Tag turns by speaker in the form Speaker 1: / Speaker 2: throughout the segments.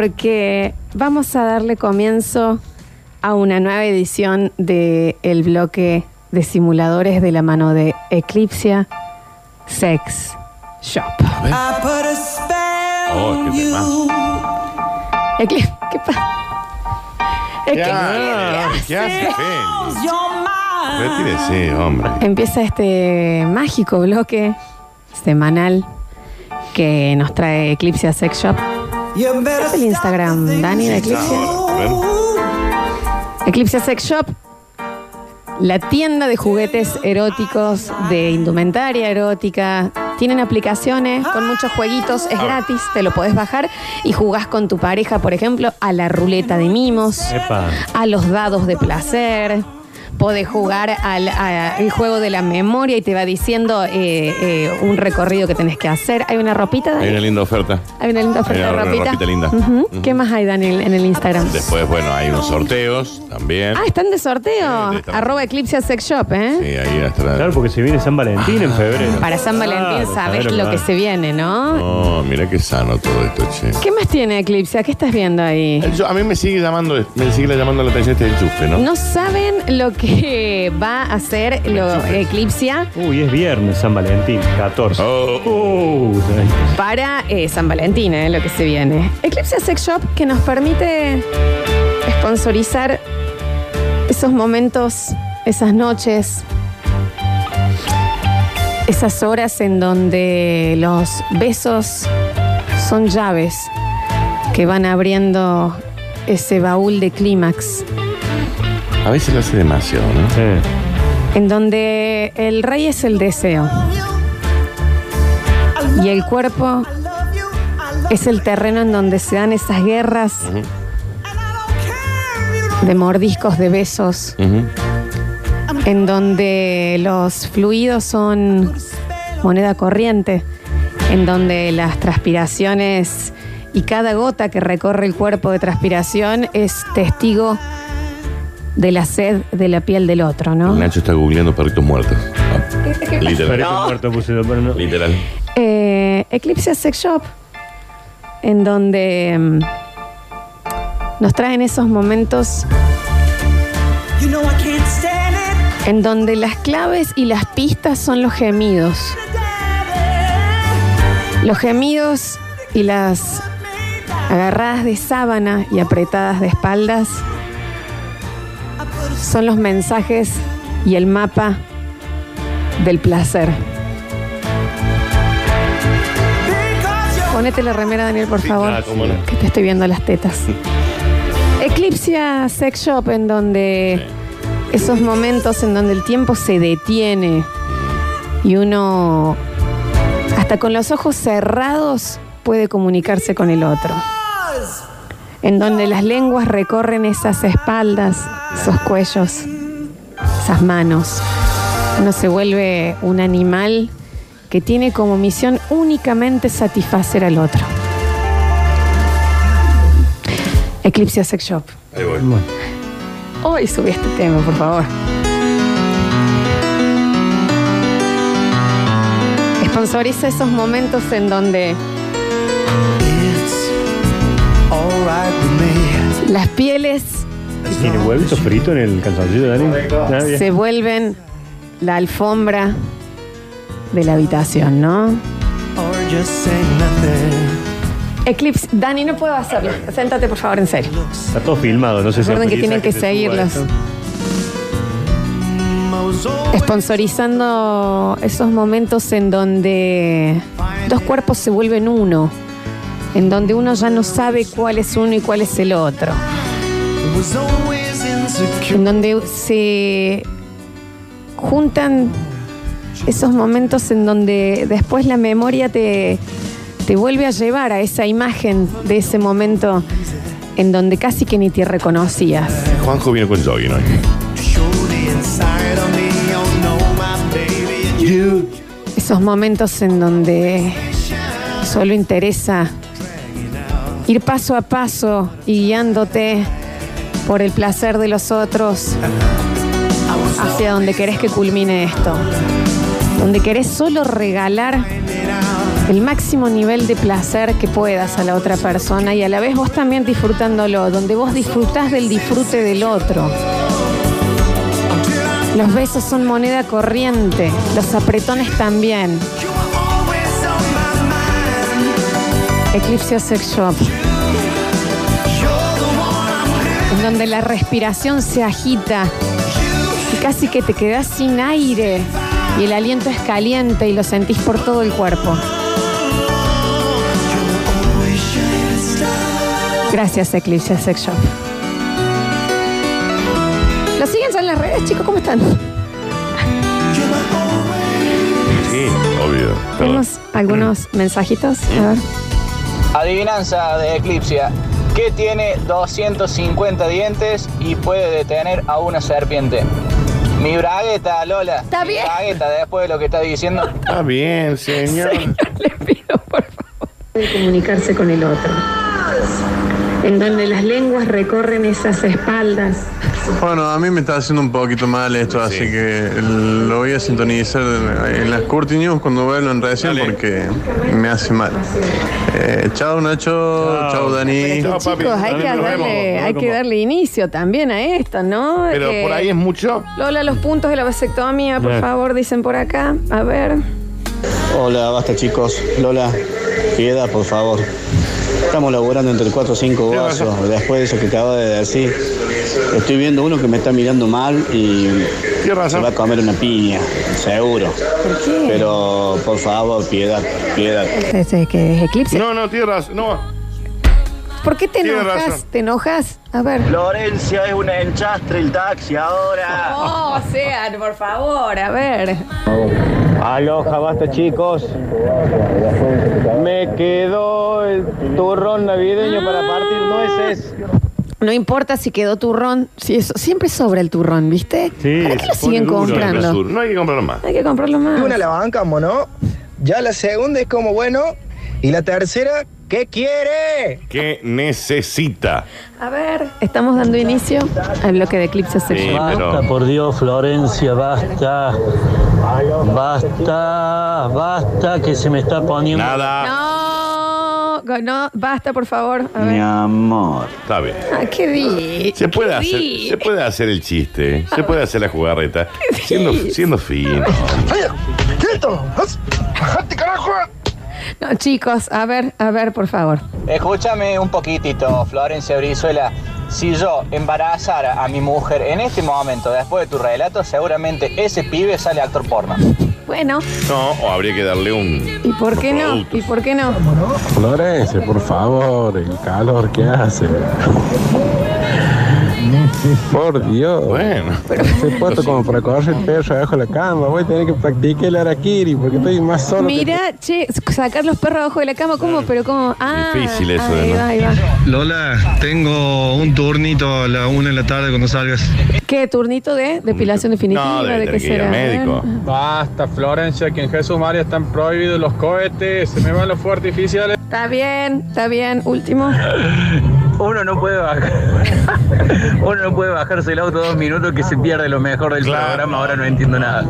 Speaker 1: porque vamos a darle comienzo a una nueva edición del el bloque de simuladores de la mano de Eclipsia Sex Shop.
Speaker 2: I put a spell
Speaker 3: Oh,
Speaker 2: on
Speaker 3: qué
Speaker 2: you.
Speaker 1: Eclipse, ¿qué pasa?
Speaker 3: Ya, ¿Qué hace, Feli?
Speaker 2: Your mind.
Speaker 3: Retírese, hombre.
Speaker 1: Empieza este mágico bloque semanal que nos trae Eclipse Sex Shop.
Speaker 2: You better
Speaker 1: ¿Cuál es el Instagram, Dani, de Eclipse? Eclipse Sex Shop, la tienda de juguetes eróticos, de indumentaria erótica. Tienen aplicaciones con muchos jueguitos, es gratis, te lo podés bajar y jugás con tu pareja, por ejemplo, a la ruleta de mimos,
Speaker 4: Epa.
Speaker 1: a los dados de placer. Podés jugar al a- el juego de la memoria y te va diciendo eh, eh, un recorrido que tenés que hacer. Hay una ropita, Dani?
Speaker 3: Hay una linda oferta.
Speaker 1: Hay una linda oferta
Speaker 3: Hay
Speaker 1: de
Speaker 3: una
Speaker 1: ropita.
Speaker 3: ropita linda.
Speaker 1: Ujú. ¿Qué más hay, Daniel, en el Instagram?
Speaker 3: Después, bueno, hay unos sorteos también.
Speaker 1: Ah, están de sorteo.
Speaker 3: Sí, estamos.
Speaker 1: Arroba Eclipse Sex Shop,
Speaker 3: Sí,
Speaker 1: ¿eh?
Speaker 3: ahí estará.
Speaker 4: Claro, porque se viene San Valentín en febrero.
Speaker 1: Para San Valentín
Speaker 4: Claro,
Speaker 1: sabes
Speaker 4: claro,
Speaker 1: Ah, lo que
Speaker 4: claro.
Speaker 1: se viene, ¿no?
Speaker 3: Oh, mira qué sano todo esto, che.
Speaker 1: ¿Qué más tiene Eclipse? ¿Qué estás viendo ahí?
Speaker 3: Eh, yo- a mí me sigue llamando, me sigue llamando la atención este enchufe, ¿no?
Speaker 1: No saben lo que va a hacer lo, Eclipse
Speaker 4: Uy, es viernes San Valentín, 14.
Speaker 3: Oh.
Speaker 4: Uh, ay.
Speaker 1: para eh, San Valentín, ¿eh? Lo que se viene. Eclipse Sex Shop que nos permite sponsorizar esos momentos, esas noches, esas horas en donde los besos son llaves que van abriendo ese baúl de clímax,
Speaker 3: A veces lo hace demasiado, ¿no?
Speaker 4: Eh,
Speaker 1: en donde el rey es el deseo y el cuerpo es el terreno en donde se dan esas guerras de mordiscos, de besos,
Speaker 3: Ujú.
Speaker 1: en donde los fluidos son moneda corriente, en donde las transpiraciones y cada gota que recorre el cuerpo de transpiración es testigo de la sed de la piel del otro, ¿no?
Speaker 3: Nacho está googleando perritos muertos. Ah,
Speaker 4: parece
Speaker 3: Literal.
Speaker 4: muerto pusiendo, pero no.
Speaker 3: Literal.
Speaker 1: Eh, Eclipse Sex Shop, en donde mm, nos traen esos momentos
Speaker 2: You know I can't stand it.
Speaker 1: en donde las claves y las pistas son los gemidos. Los gemidos y las agarradas de sábana y apretadas de espaldas son los mensajes y el mapa del placer. Ponete la remera, Daniel, por favor.
Speaker 3: claro, cómo no.
Speaker 1: Que te estoy viendo las tetas. Eclipsia Sex Shop, en donde esos momentos en donde el tiempo se detiene y uno, hasta con los ojos cerrados, puede comunicarse con el otro. En donde las lenguas recorren esas espaldas, esos cuellos, esas manos. Uno se vuelve un animal que tiene como misión únicamente satisfacer al otro. Eclipse Sex Shop.
Speaker 3: Ahí voy.
Speaker 1: Hoy subí este tema, por favor. Sponsoriza esos momentos en donde
Speaker 2: It's alright with me.
Speaker 1: las pieles
Speaker 4: ¿Tiene huevito frito en el calzoncillo, Dani? Ah, bien.
Speaker 1: se vuelven la alfombra de la habitación, ¿no?
Speaker 2: Or just say nothing.
Speaker 1: Eclipse, Dani, no puedo hacerlo. Séntate, por favor, en serio.
Speaker 4: Está todo filmado, no sé si
Speaker 1: Recuerden que tienen
Speaker 4: autoriza
Speaker 1: que
Speaker 4: se suba
Speaker 1: seguirlos.
Speaker 4: esto.
Speaker 1: Sponsorizando esos momentos en donde dos cuerpos se vuelven uno, en donde uno ya no sabe cuál es uno y cuál es el otro,
Speaker 2: Was always insecure.
Speaker 1: en donde se juntan esos momentos en donde después la memoria te, te vuelve a llevar a esa imagen de ese momento en donde casi que ni te reconocías.
Speaker 3: Juanjo viene con jogging hoy.
Speaker 2: Show the inside of me. Oh no, my baby. And you
Speaker 1: Esos momentos en donde solo interesa ir paso a paso y guiándote por el placer de los otros hacia donde querés que culmine esto. Donde querés solo regalar
Speaker 2: it out.
Speaker 1: el máximo nivel de placer que puedas a la otra persona y a la vez vos también disfrutándolo, donde vos disfrutás del disfrute del otro. Los besos son moneda corriente, los apretones también. Eclipse Sex Shop. En donde la respiración se agita y casi que te quedas sin aire y el aliento es caliente y lo sentís por todo el cuerpo. Gracias, Eclipse Sex Shop. ¿Lo siguen ya en las redes, chicos? ¿Cómo están?
Speaker 3: Sí, obvio. Perdón.
Speaker 1: Tenemos algunos
Speaker 3: Mm.
Speaker 1: mensajitos. A ver.
Speaker 5: Adivinanza de Eclipsia. ¿Qué tiene 250 dientes y puede detener a una serpiente? Mi bragueta, Lola.
Speaker 1: Está
Speaker 5: Mi
Speaker 1: bien.
Speaker 5: bragueta, después de lo que está diciendo.
Speaker 3: Está Ah, bien, señor.
Speaker 1: Les pido, por favor.
Speaker 6: de comunicarse con el otro, en donde las lenguas recorren esas espaldas.
Speaker 7: Bueno, a mí me está haciendo un poquito mal esto, así que lo voy a sintonizar en las Curti News cuando vuelvan recién
Speaker 3: Dale.
Speaker 7: porque me hace mal. Eh, chao Nacho,
Speaker 4: Chao.
Speaker 7: chao, Dani.
Speaker 3: Chao, papi.
Speaker 1: Chicos, hay que,
Speaker 3: Nos vemos.
Speaker 1: darle,
Speaker 4: Nos
Speaker 1: hay que
Speaker 4: vemos.
Speaker 1: darle inicio también a esto, ¿no?
Speaker 3: Pero
Speaker 1: Eh,
Speaker 3: por ahí es mucho.
Speaker 1: Lola, los puntos de la vasectomía, por
Speaker 3: Bien.
Speaker 1: favor, dicen por acá. A ver.
Speaker 8: Hola, basta chicos. Lola, piedad, por favor. Estamos laburando entre 4 o 5
Speaker 3: Tienes
Speaker 8: vasos. Después de eso que acaba de decir, estoy viendo uno que me está mirando mal y
Speaker 3: Tienes
Speaker 8: se va a
Speaker 3: razón.
Speaker 8: comer una piña, seguro.
Speaker 1: ¿Por qué?
Speaker 8: Pero, por favor, piedad, piedad.
Speaker 1: Ese que es eclipse.
Speaker 3: No, no, tienes razón. No.
Speaker 1: ¿Por qué te
Speaker 3: Tiene
Speaker 1: enojas?
Speaker 3: razón.
Speaker 1: ¿Te enojas? A ver.
Speaker 9: Florencia es una enchastre el taxi ahora.
Speaker 1: No, sean, por favor, a ver.
Speaker 5: Aloja, basta chicos. Me quedó el turrón navideño para partir nueces.
Speaker 1: No importa si quedó turrón, si eso, siempre sobra el turrón, ¿viste?
Speaker 4: Sí,
Speaker 1: ¿Para qué
Speaker 4: se
Speaker 1: lo
Speaker 4: pone
Speaker 1: siguen
Speaker 4: duro,
Speaker 1: comprando?
Speaker 3: No, hay que comprarlo más.
Speaker 1: Hay que comprarlo más.
Speaker 10: Una la bancamos, ¿no? Ya la segunda es como bueno. Y la tercera, ¿qué quiere?
Speaker 3: ¿Qué necesita?
Speaker 1: A ver, estamos dando inicio al bloque de eclipse
Speaker 3: Sí,
Speaker 1: sexual.
Speaker 3: pero.
Speaker 9: por Dios, Florencia, basta. Basta, basta, que se me está poniendo.
Speaker 3: Nada.
Speaker 1: No, go- no, basta, por favor. A
Speaker 8: Mi
Speaker 1: ver.
Speaker 8: amor.
Speaker 3: Está bien.
Speaker 1: Ah, qué di.
Speaker 3: Se puede,
Speaker 1: qué
Speaker 3: hacer,
Speaker 1: di.
Speaker 3: se puede hacer el chiste, se puede hacer la jugarreta, siendo, siendo fino.
Speaker 1: No, chicos, a ver, a ver, por favor.
Speaker 5: Escúchame un poquitito, Florencia Brizuela. Si yo embarazara a mi mujer en este momento, después de tu relato, seguramente ese pibe sale actor porno.
Speaker 1: Bueno,
Speaker 3: No, o habría que darle un.
Speaker 1: ¿y por qué
Speaker 3: unos
Speaker 1: no?
Speaker 3: productos.
Speaker 1: ¿Y por qué no?
Speaker 11: Florencia, por favor, el calor que hace. Por Dios.
Speaker 3: Bueno,
Speaker 11: Se ha puesto como para correr el perro debajo de la cama. Voy a tener que practicar el araquiri porque estoy más solo. que-
Speaker 1: Mira, che, sacar los perros abajo de la cama, ¿cómo? Pero ¿cómo? Ah,
Speaker 3: Mm. Difícil eso,
Speaker 1: ahí
Speaker 3: ¿no?
Speaker 1: va, ahí va.
Speaker 7: Lola, tengo un turnito a la una de la tarde cuando salgas.
Speaker 1: ¿Qué turnito de depilación definitiva?
Speaker 3: no, debe
Speaker 1: ¿De
Speaker 3: tener
Speaker 1: qué
Speaker 3: que ir
Speaker 1: será?
Speaker 3: al
Speaker 1: A ver.
Speaker 3: médico.
Speaker 11: Basta, Florencia, que en Jesús María están prohibidos los cohetes. Se me van los fuegos artificiales.
Speaker 1: Está bien, está bien. Último.
Speaker 9: Uno no puede bajar. Uno no puede bajarse el auto dos minutos que se pierde lo mejor del
Speaker 3: Claro.
Speaker 9: programa. Ahora no entiendo nada.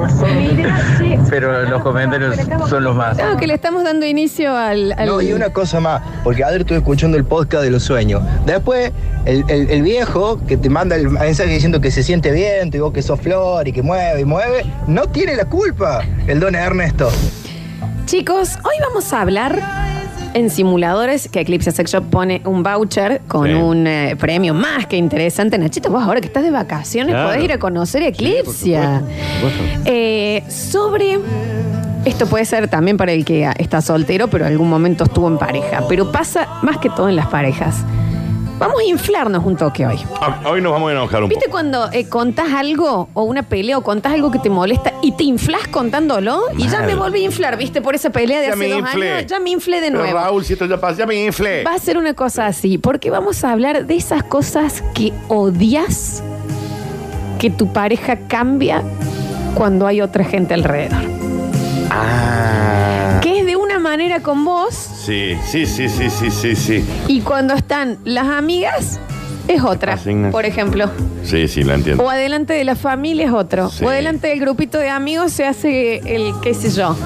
Speaker 9: Pero los comentarios son los más.
Speaker 1: No, que le estamos dando inicio al. al-
Speaker 10: No, y una cosa más, porque ayer estuve escuchando el podcast de los sueños. Después, el, el- el viejo que te manda el mensaje diciendo que se siente bien, y vos que sos flor y que mueve y mueve, no tiene la culpa el don Ernesto.
Speaker 1: Chicos, hoy vamos a hablar en simuladores que Eclipse Sex Shop pone un voucher con
Speaker 3: Sí.
Speaker 1: un eh, premio más que interesante. Nachito, vos ahora que estás de vacaciones
Speaker 4: Claro.
Speaker 1: podés ir a conocer Eclipse.
Speaker 4: por supuesto.
Speaker 1: Eh, sobre. Esto puede ser también para el que ah, está soltero, pero en algún momento estuvo en pareja. Pero pasa más que todo en las parejas. Vamos a inflarnos un toque hoy.
Speaker 3: Ah, Hoy nos vamos a enojar un
Speaker 1: ¿Viste
Speaker 3: poco.
Speaker 1: cuando eh, contás algo o una pelea o contás algo que te molesta y te inflas contándolo? Y ya
Speaker 3: Mal.
Speaker 1: me volví a inflar, ¿viste? Por esa pelea de
Speaker 3: Ya
Speaker 1: hace
Speaker 3: me
Speaker 1: dos
Speaker 3: inflé.
Speaker 1: años. Ya me inflé de
Speaker 3: Pero
Speaker 1: nuevo.
Speaker 3: Raúl, eh. si esto ya pasa, ya me infle.
Speaker 1: Va a ser una cosa así, porque vamos a hablar de esas cosas que odias que tu pareja cambia cuando hay otra gente alrededor.
Speaker 3: Ah.
Speaker 1: Que es de una manera con vos
Speaker 3: Sí, sí, sí, sí, sí, sí, sí.
Speaker 1: y cuando están las amigas es otra,
Speaker 3: pasa, Ignacio?
Speaker 1: por ejemplo.
Speaker 3: Sí, sí, la entiendo.
Speaker 1: O adelante de la familia es otro.
Speaker 3: Sí.
Speaker 1: O adelante del grupito de amigos se hace el qué sé yo.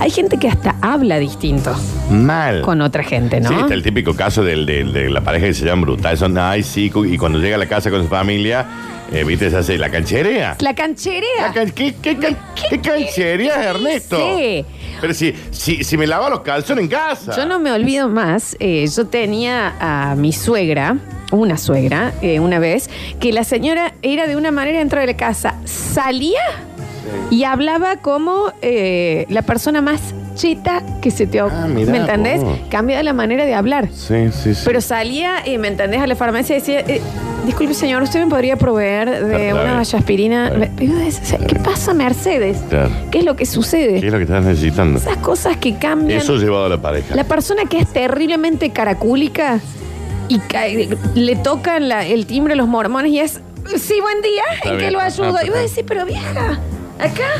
Speaker 1: Hay gente que hasta habla distinto
Speaker 3: Mal.
Speaker 1: con otra gente, ¿no?
Speaker 3: Sí, está el típico caso del, del- de la pareja que se llama brutal. Son, ay, sí, cu- y cuando llega a la casa con su familia, eh, ¿viste? Se hace la cancherea.
Speaker 1: La cancherea.
Speaker 3: ¿Qué, qué, canchería, Ernesto?
Speaker 1: Sí.
Speaker 3: Pero si, si, si me lava los calzones en casa.
Speaker 1: Yo no me olvido más, eh, yo tenía a mi suegra, una suegra, eh, una vez, que la señora era de una manera dentro de la casa, salía y hablaba como eh, la persona más chita que se te ocurre.
Speaker 3: Ah, mirá
Speaker 1: ¿Me entendés?
Speaker 3: vos.
Speaker 1: Cambiaba la manera de hablar.
Speaker 3: Sí, sí, sí.
Speaker 1: Pero salía, eh, ¿me entendés? A la farmacia y decía, eh, disculpe señor, ¿usted me podría proveer de
Speaker 3: Está
Speaker 1: una
Speaker 3: bien.
Speaker 1: vallaspirina? Y yo decía, ¿Qué pasa, Mercedes?
Speaker 3: Claro.
Speaker 1: ¿Qué es lo que
Speaker 3: ¿Qué
Speaker 1: sucede?
Speaker 3: es lo que estás necesitando?
Speaker 1: Esas cosas que cambian.
Speaker 3: Eso llevado a la pareja.
Speaker 1: La persona que es terriblemente caracúlica y cae- le tocan la- el timbre a los mormones y es, sí, buen día,
Speaker 3: Está
Speaker 1: ¿en qué
Speaker 3: bien.
Speaker 1: lo ayudo?
Speaker 3: Ah,
Speaker 1: Y vos decís, pero vieja, acá.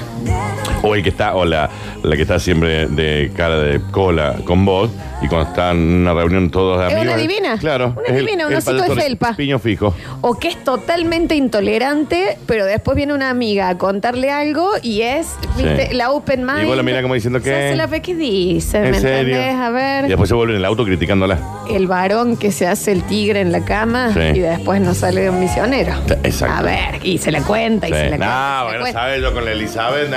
Speaker 3: O el que está, o la, la que está siempre de cara de cola con vos y cuando están en una reunión todos
Speaker 1: Es
Speaker 3: amigos.
Speaker 1: una divina.
Speaker 3: Claro.
Speaker 1: Una
Speaker 3: es el-
Speaker 1: divina, un
Speaker 3: el
Speaker 1: osito de
Speaker 3: pastor
Speaker 1: felpa.
Speaker 3: Piño fijo.
Speaker 1: O que es totalmente intolerante, pero después viene una amiga a contarle algo y es, viste,
Speaker 3: Sí.
Speaker 1: la open mind.
Speaker 3: Y vos la mirás como diciendo,
Speaker 1: Se hace
Speaker 3: ¿qué?
Speaker 1: la fe que dice, ¿me
Speaker 3: ¿En serio?
Speaker 1: entendés? A
Speaker 3: Y
Speaker 1: ver,
Speaker 3: después se vuelve en el auto criticándola.
Speaker 1: el varón que se hace el tigre en la cama
Speaker 3: Sí.
Speaker 1: y después no sale de un misionero.
Speaker 3: Exacto.
Speaker 1: A ver, y se la cuenta, y se la
Speaker 3: Sí.
Speaker 1: cuenta.
Speaker 3: No,
Speaker 1: y se la
Speaker 3: bueno,
Speaker 1: cuenta.
Speaker 3: sabes yo con la Elizabeth. no.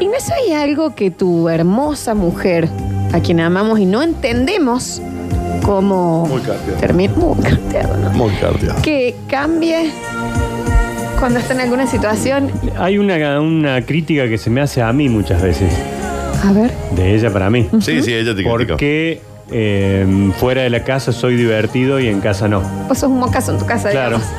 Speaker 1: ¿Y no es ahí algo que tu hermosa mujer, a quien amamos y no entendemos cómo
Speaker 3: Muy carteado.
Speaker 1: termina? Muy carteado, ¿no?
Speaker 3: Muy carteado.
Speaker 1: Que cambie cuando está en alguna situación.
Speaker 4: Hay una, una crítica que se me hace a mí muchas veces,
Speaker 1: A ver,
Speaker 4: de ella para mí.
Speaker 3: Sí, sí, ella te criticó.
Speaker 4: Porque eh, fuera de la casa soy divertido y en casa no.
Speaker 1: vos sos un mocazo en tu casa,
Speaker 4: Claro.
Speaker 1: digamos.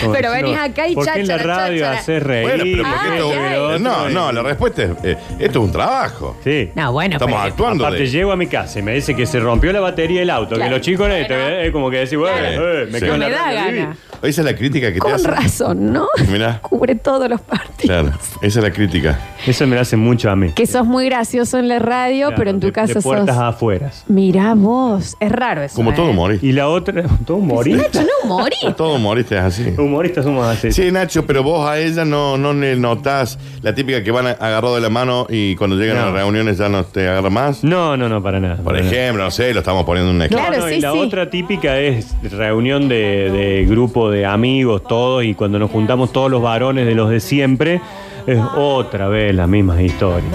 Speaker 4: Como
Speaker 1: Pero
Speaker 4: diciendo,
Speaker 1: venís acá y Ah,
Speaker 4: ¿Por qué en la
Speaker 1: cháchara,
Speaker 4: radio
Speaker 1: cháchara?
Speaker 4: haces reír?
Speaker 3: Bueno, pero porque
Speaker 4: ¿Por
Speaker 3: esto
Speaker 4: qué
Speaker 1: ay,
Speaker 4: lo otro?
Speaker 3: No, no, la respuesta es: eh, esto es un trabajo.
Speaker 4: Sí.
Speaker 1: No, Eh, bueno, pues,
Speaker 3: Estamos
Speaker 1: pero-
Speaker 3: actuando.
Speaker 4: Aparte,
Speaker 3: de-
Speaker 4: llego a mi casa y me dice que se rompió la batería del auto,
Speaker 1: Claro.
Speaker 4: que los chicos esto,
Speaker 1: Bueno.
Speaker 4: es como que decís, bueno,
Speaker 3: Claro.
Speaker 4: eh, me
Speaker 3: Sí.
Speaker 4: quedo en la
Speaker 1: Me da
Speaker 4: radio,
Speaker 1: gana.
Speaker 4: viví.
Speaker 3: Esa es la crítica que te
Speaker 1: Con
Speaker 3: hacen.
Speaker 1: razón, ¿no?
Speaker 3: Mirá,
Speaker 1: Cubre todos los partidos.
Speaker 3: claro. Esa es la crítica.
Speaker 4: Eso me lo hace mucho a mí.
Speaker 1: Que sos muy gracioso en la radio,
Speaker 4: Claro,
Speaker 1: pero en tu
Speaker 4: de-
Speaker 1: casa
Speaker 4: de puertas
Speaker 1: sos.
Speaker 4: afueras.
Speaker 1: Mirá vos, es raro eso.
Speaker 3: Como
Speaker 1: ¿eh?
Speaker 3: todo humorista.
Speaker 4: Y la otra, todo humorista.
Speaker 1: Nacho, no morí.
Speaker 3: Todo humorista es así.
Speaker 4: Humoristas somos así.
Speaker 3: Sí, Nacho, pero vos a ella no, no le notás la típica que van a- agarrado de la mano y cuando llegan
Speaker 4: No.
Speaker 3: a las reuniones ya no te agarra más.
Speaker 4: No, no, no, para nada.
Speaker 3: Por
Speaker 4: para nada.
Speaker 3: ejemplo, no sé, lo estamos poniendo en un
Speaker 4: No,
Speaker 3: ejemplo.
Speaker 1: Claro,
Speaker 4: no,
Speaker 1: sí,
Speaker 4: y la
Speaker 1: sí.
Speaker 4: otra típica es reunión de, de grupo de amigos, todos, y cuando nos juntamos todos los varones de los de siempre, es otra vez las mismas historias.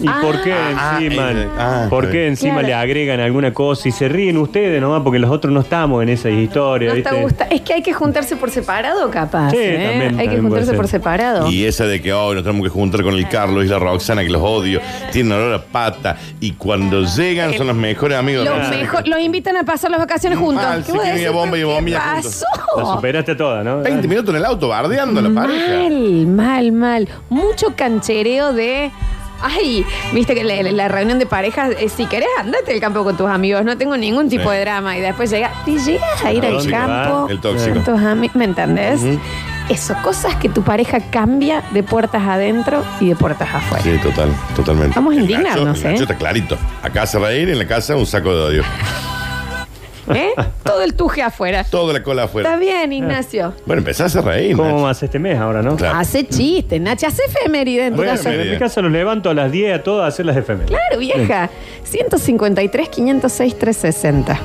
Speaker 4: ¿Y
Speaker 1: Ah.
Speaker 4: por qué
Speaker 3: Ah,
Speaker 4: encima,
Speaker 3: eh, ah,
Speaker 4: por
Speaker 3: está
Speaker 4: qué
Speaker 3: bien.
Speaker 4: encima
Speaker 1: Claro.
Speaker 4: le agregan alguna cosa y se ríen ustedes nomás porque los otros no estamos en esas historias?
Speaker 1: No te
Speaker 4: ¿viste?
Speaker 1: gusta. Es que hay que juntarse por separado, capaz.
Speaker 4: Sí,
Speaker 1: ¿eh?
Speaker 4: también,
Speaker 1: hay que
Speaker 4: también
Speaker 1: juntarse
Speaker 4: puede
Speaker 1: por
Speaker 4: ser.
Speaker 1: separado.
Speaker 3: Y esa de que hoy nos tenemos que juntar con el Carlos y la Roxana, que los odio, tienen olor a pata. Y cuando llegan son los mejores amigos de
Speaker 1: Ah, eh, Los,
Speaker 3: Roxana.
Speaker 1: mejor, los invitan a pasar las vacaciones juntos.
Speaker 3: Mal,
Speaker 1: ¿Qué
Speaker 3: sí,
Speaker 1: vos
Speaker 3: que
Speaker 1: decís?
Speaker 3: había bomba y
Speaker 1: ¿Pero
Speaker 3: bombilla
Speaker 1: ¿Qué
Speaker 3: juntos.
Speaker 4: La
Speaker 1: pasó?
Speaker 4: superaste toda, ¿no?
Speaker 3: 20 minutos en el auto bardeando a
Speaker 1: Mm,
Speaker 3: la
Speaker 1: ah,
Speaker 3: pareja.
Speaker 1: Mal, mal, mal. Mucho canchereo de. Ay, viste que la, la- la reunión de parejas, eh, si querés, andate al campo con tus amigos, no tengo ningún tipo
Speaker 3: Sí.
Speaker 1: de drama. Y después llega, te llegas a ir
Speaker 3: El
Speaker 1: al
Speaker 3: tóxico,
Speaker 1: campo.
Speaker 3: ¿verdad? El tóxico.
Speaker 1: con tus ami- ¿Me entendés?
Speaker 3: Ujú.
Speaker 1: Eso, cosas que tu pareja cambia de puertas adentro y de puertas afuera.
Speaker 3: Sí, total, totalmente.
Speaker 1: Vamos a
Speaker 3: El
Speaker 1: indignarnos,
Speaker 3: Nacho- el
Speaker 1: ¿eh?
Speaker 3: Nacho está clarito. Acá se reír, en la casa un saco de odio.
Speaker 1: ¿Eh? Todo el tuje afuera.
Speaker 3: Toda la cola
Speaker 1: Está
Speaker 3: afuera.
Speaker 1: bien, Ignacio.
Speaker 3: Bueno, empezás a reír,
Speaker 4: ¿Cómo
Speaker 3: Nacho.
Speaker 4: más este mes ahora, no?
Speaker 3: Claro.
Speaker 1: Hace chiste, Nacha. Hace efeméride en tu
Speaker 3: Bueno,
Speaker 1: caso.
Speaker 3: Ah. efeméride.
Speaker 4: En mi casa los levanto a las 10 a todas a hacer las FM.
Speaker 1: Claro, vieja. 153, 506, 360.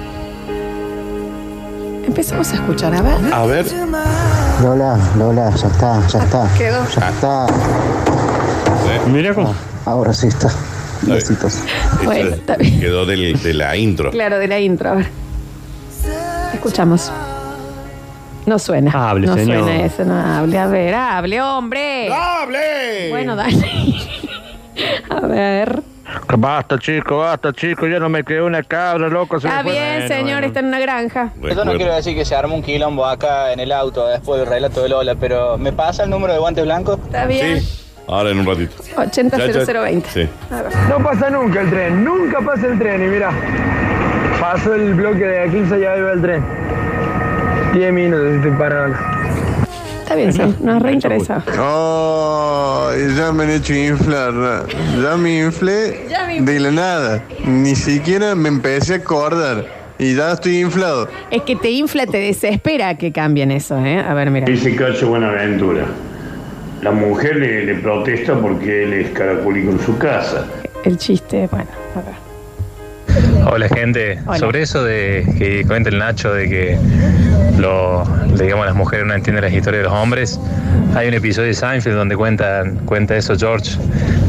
Speaker 1: Empezamos a escuchar, a ver.
Speaker 3: A ver.
Speaker 8: Lola, Lola, ya está, Ah, ya está.
Speaker 1: Quedó.
Speaker 3: Ah.
Speaker 8: Ya está.
Speaker 4: Mirá cómo.
Speaker 8: Ahora sí está.
Speaker 3: ¿Eh? bien.
Speaker 8: Besitos.
Speaker 1: Bueno,
Speaker 3: Esto
Speaker 1: está bien.
Speaker 3: Quedó del- de la intro.
Speaker 1: Claro, de la intro, a ver. Escuchamos. No suena.
Speaker 4: Hable,
Speaker 1: no
Speaker 4: señor.
Speaker 1: suena eso, no hable. A ver, hable, hombre.
Speaker 3: ¡Hable!
Speaker 1: Bueno, dale. a ver.
Speaker 9: Basta, chico, basta, chico. Yo no me quedé una cabra, loco.
Speaker 1: Está bien, señor, está en una granja.
Speaker 5: Yo no quiero decir que se armó un quilombo acá en el auto después del relato de Lola, pero ¿me pasa el número de guantes blancos?
Speaker 1: Está bien.
Speaker 3: Sí, ahora en un ratito.
Speaker 1: 800020.
Speaker 3: Sí.
Speaker 1: A ver.
Speaker 9: No pasa nunca el tren, nunca pasa el tren. Y mira, pasó el bloque de 15 y ahí va el tren. 10 minutos este estoy parado.
Speaker 1: Está bien, señor. Nos reinteresa.
Speaker 7: Oh, ya me han hecho inflar. Ya me inflé
Speaker 1: Ya me inflé.
Speaker 7: de la nada. Ni siquiera me empecé a acordar. Y ya estoy inflado.
Speaker 1: Es que te infla, te desespera que cambien eso, ¿eh? A ver, mira.
Speaker 12: Dice Cacho Buenaventura. La mujer le, le protesta porque él es caracolico en su casa.
Speaker 1: El chiste, bueno, acá.
Speaker 13: Hola gente,
Speaker 1: Hola.
Speaker 13: sobre eso de que comenta el Nacho de que lo, digamos las mujeres no entienden las historias de los hombres, hay un episodio de Seinfeld donde cuentan, cuenta eso George,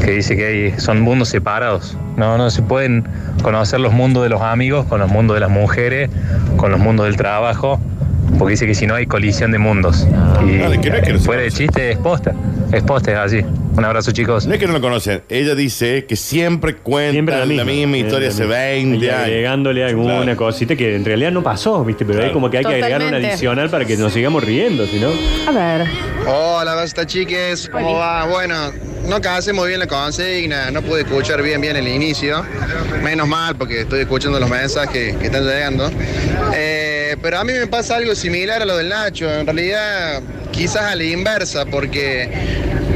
Speaker 13: que dice que hay, son mundos separados, no, no se pueden conocer los mundos de los amigos con los mundos de las mujeres, con los mundos del trabajo, porque dice que si no hay colisión de mundos.
Speaker 3: Ah.
Speaker 13: Y fuera de chiste es posta, es posta es así. Un abrazo chicos.
Speaker 3: No es que no lo conocen, ella dice que siempre cuenta la misma, historia hace 20 años.
Speaker 4: Agregándole alguna
Speaker 3: Claro.
Speaker 4: cosita que en realidad no pasó, ¿viste? Pero hay como que hay que agregar un
Speaker 1: Totalmente.
Speaker 4: adicional para que nos sigamos riendo, si no.
Speaker 1: A ver.
Speaker 14: Hola, basta chiques, ¿cómo va? Bueno, no casé muy bien la consigna, no pude escuchar bien bien el inicio, menos mal porque estoy escuchando los mensajes que están llegando. Eh, pero a mí me pasa algo similar a lo del Nacho, en realidad quizás a la inversa, porque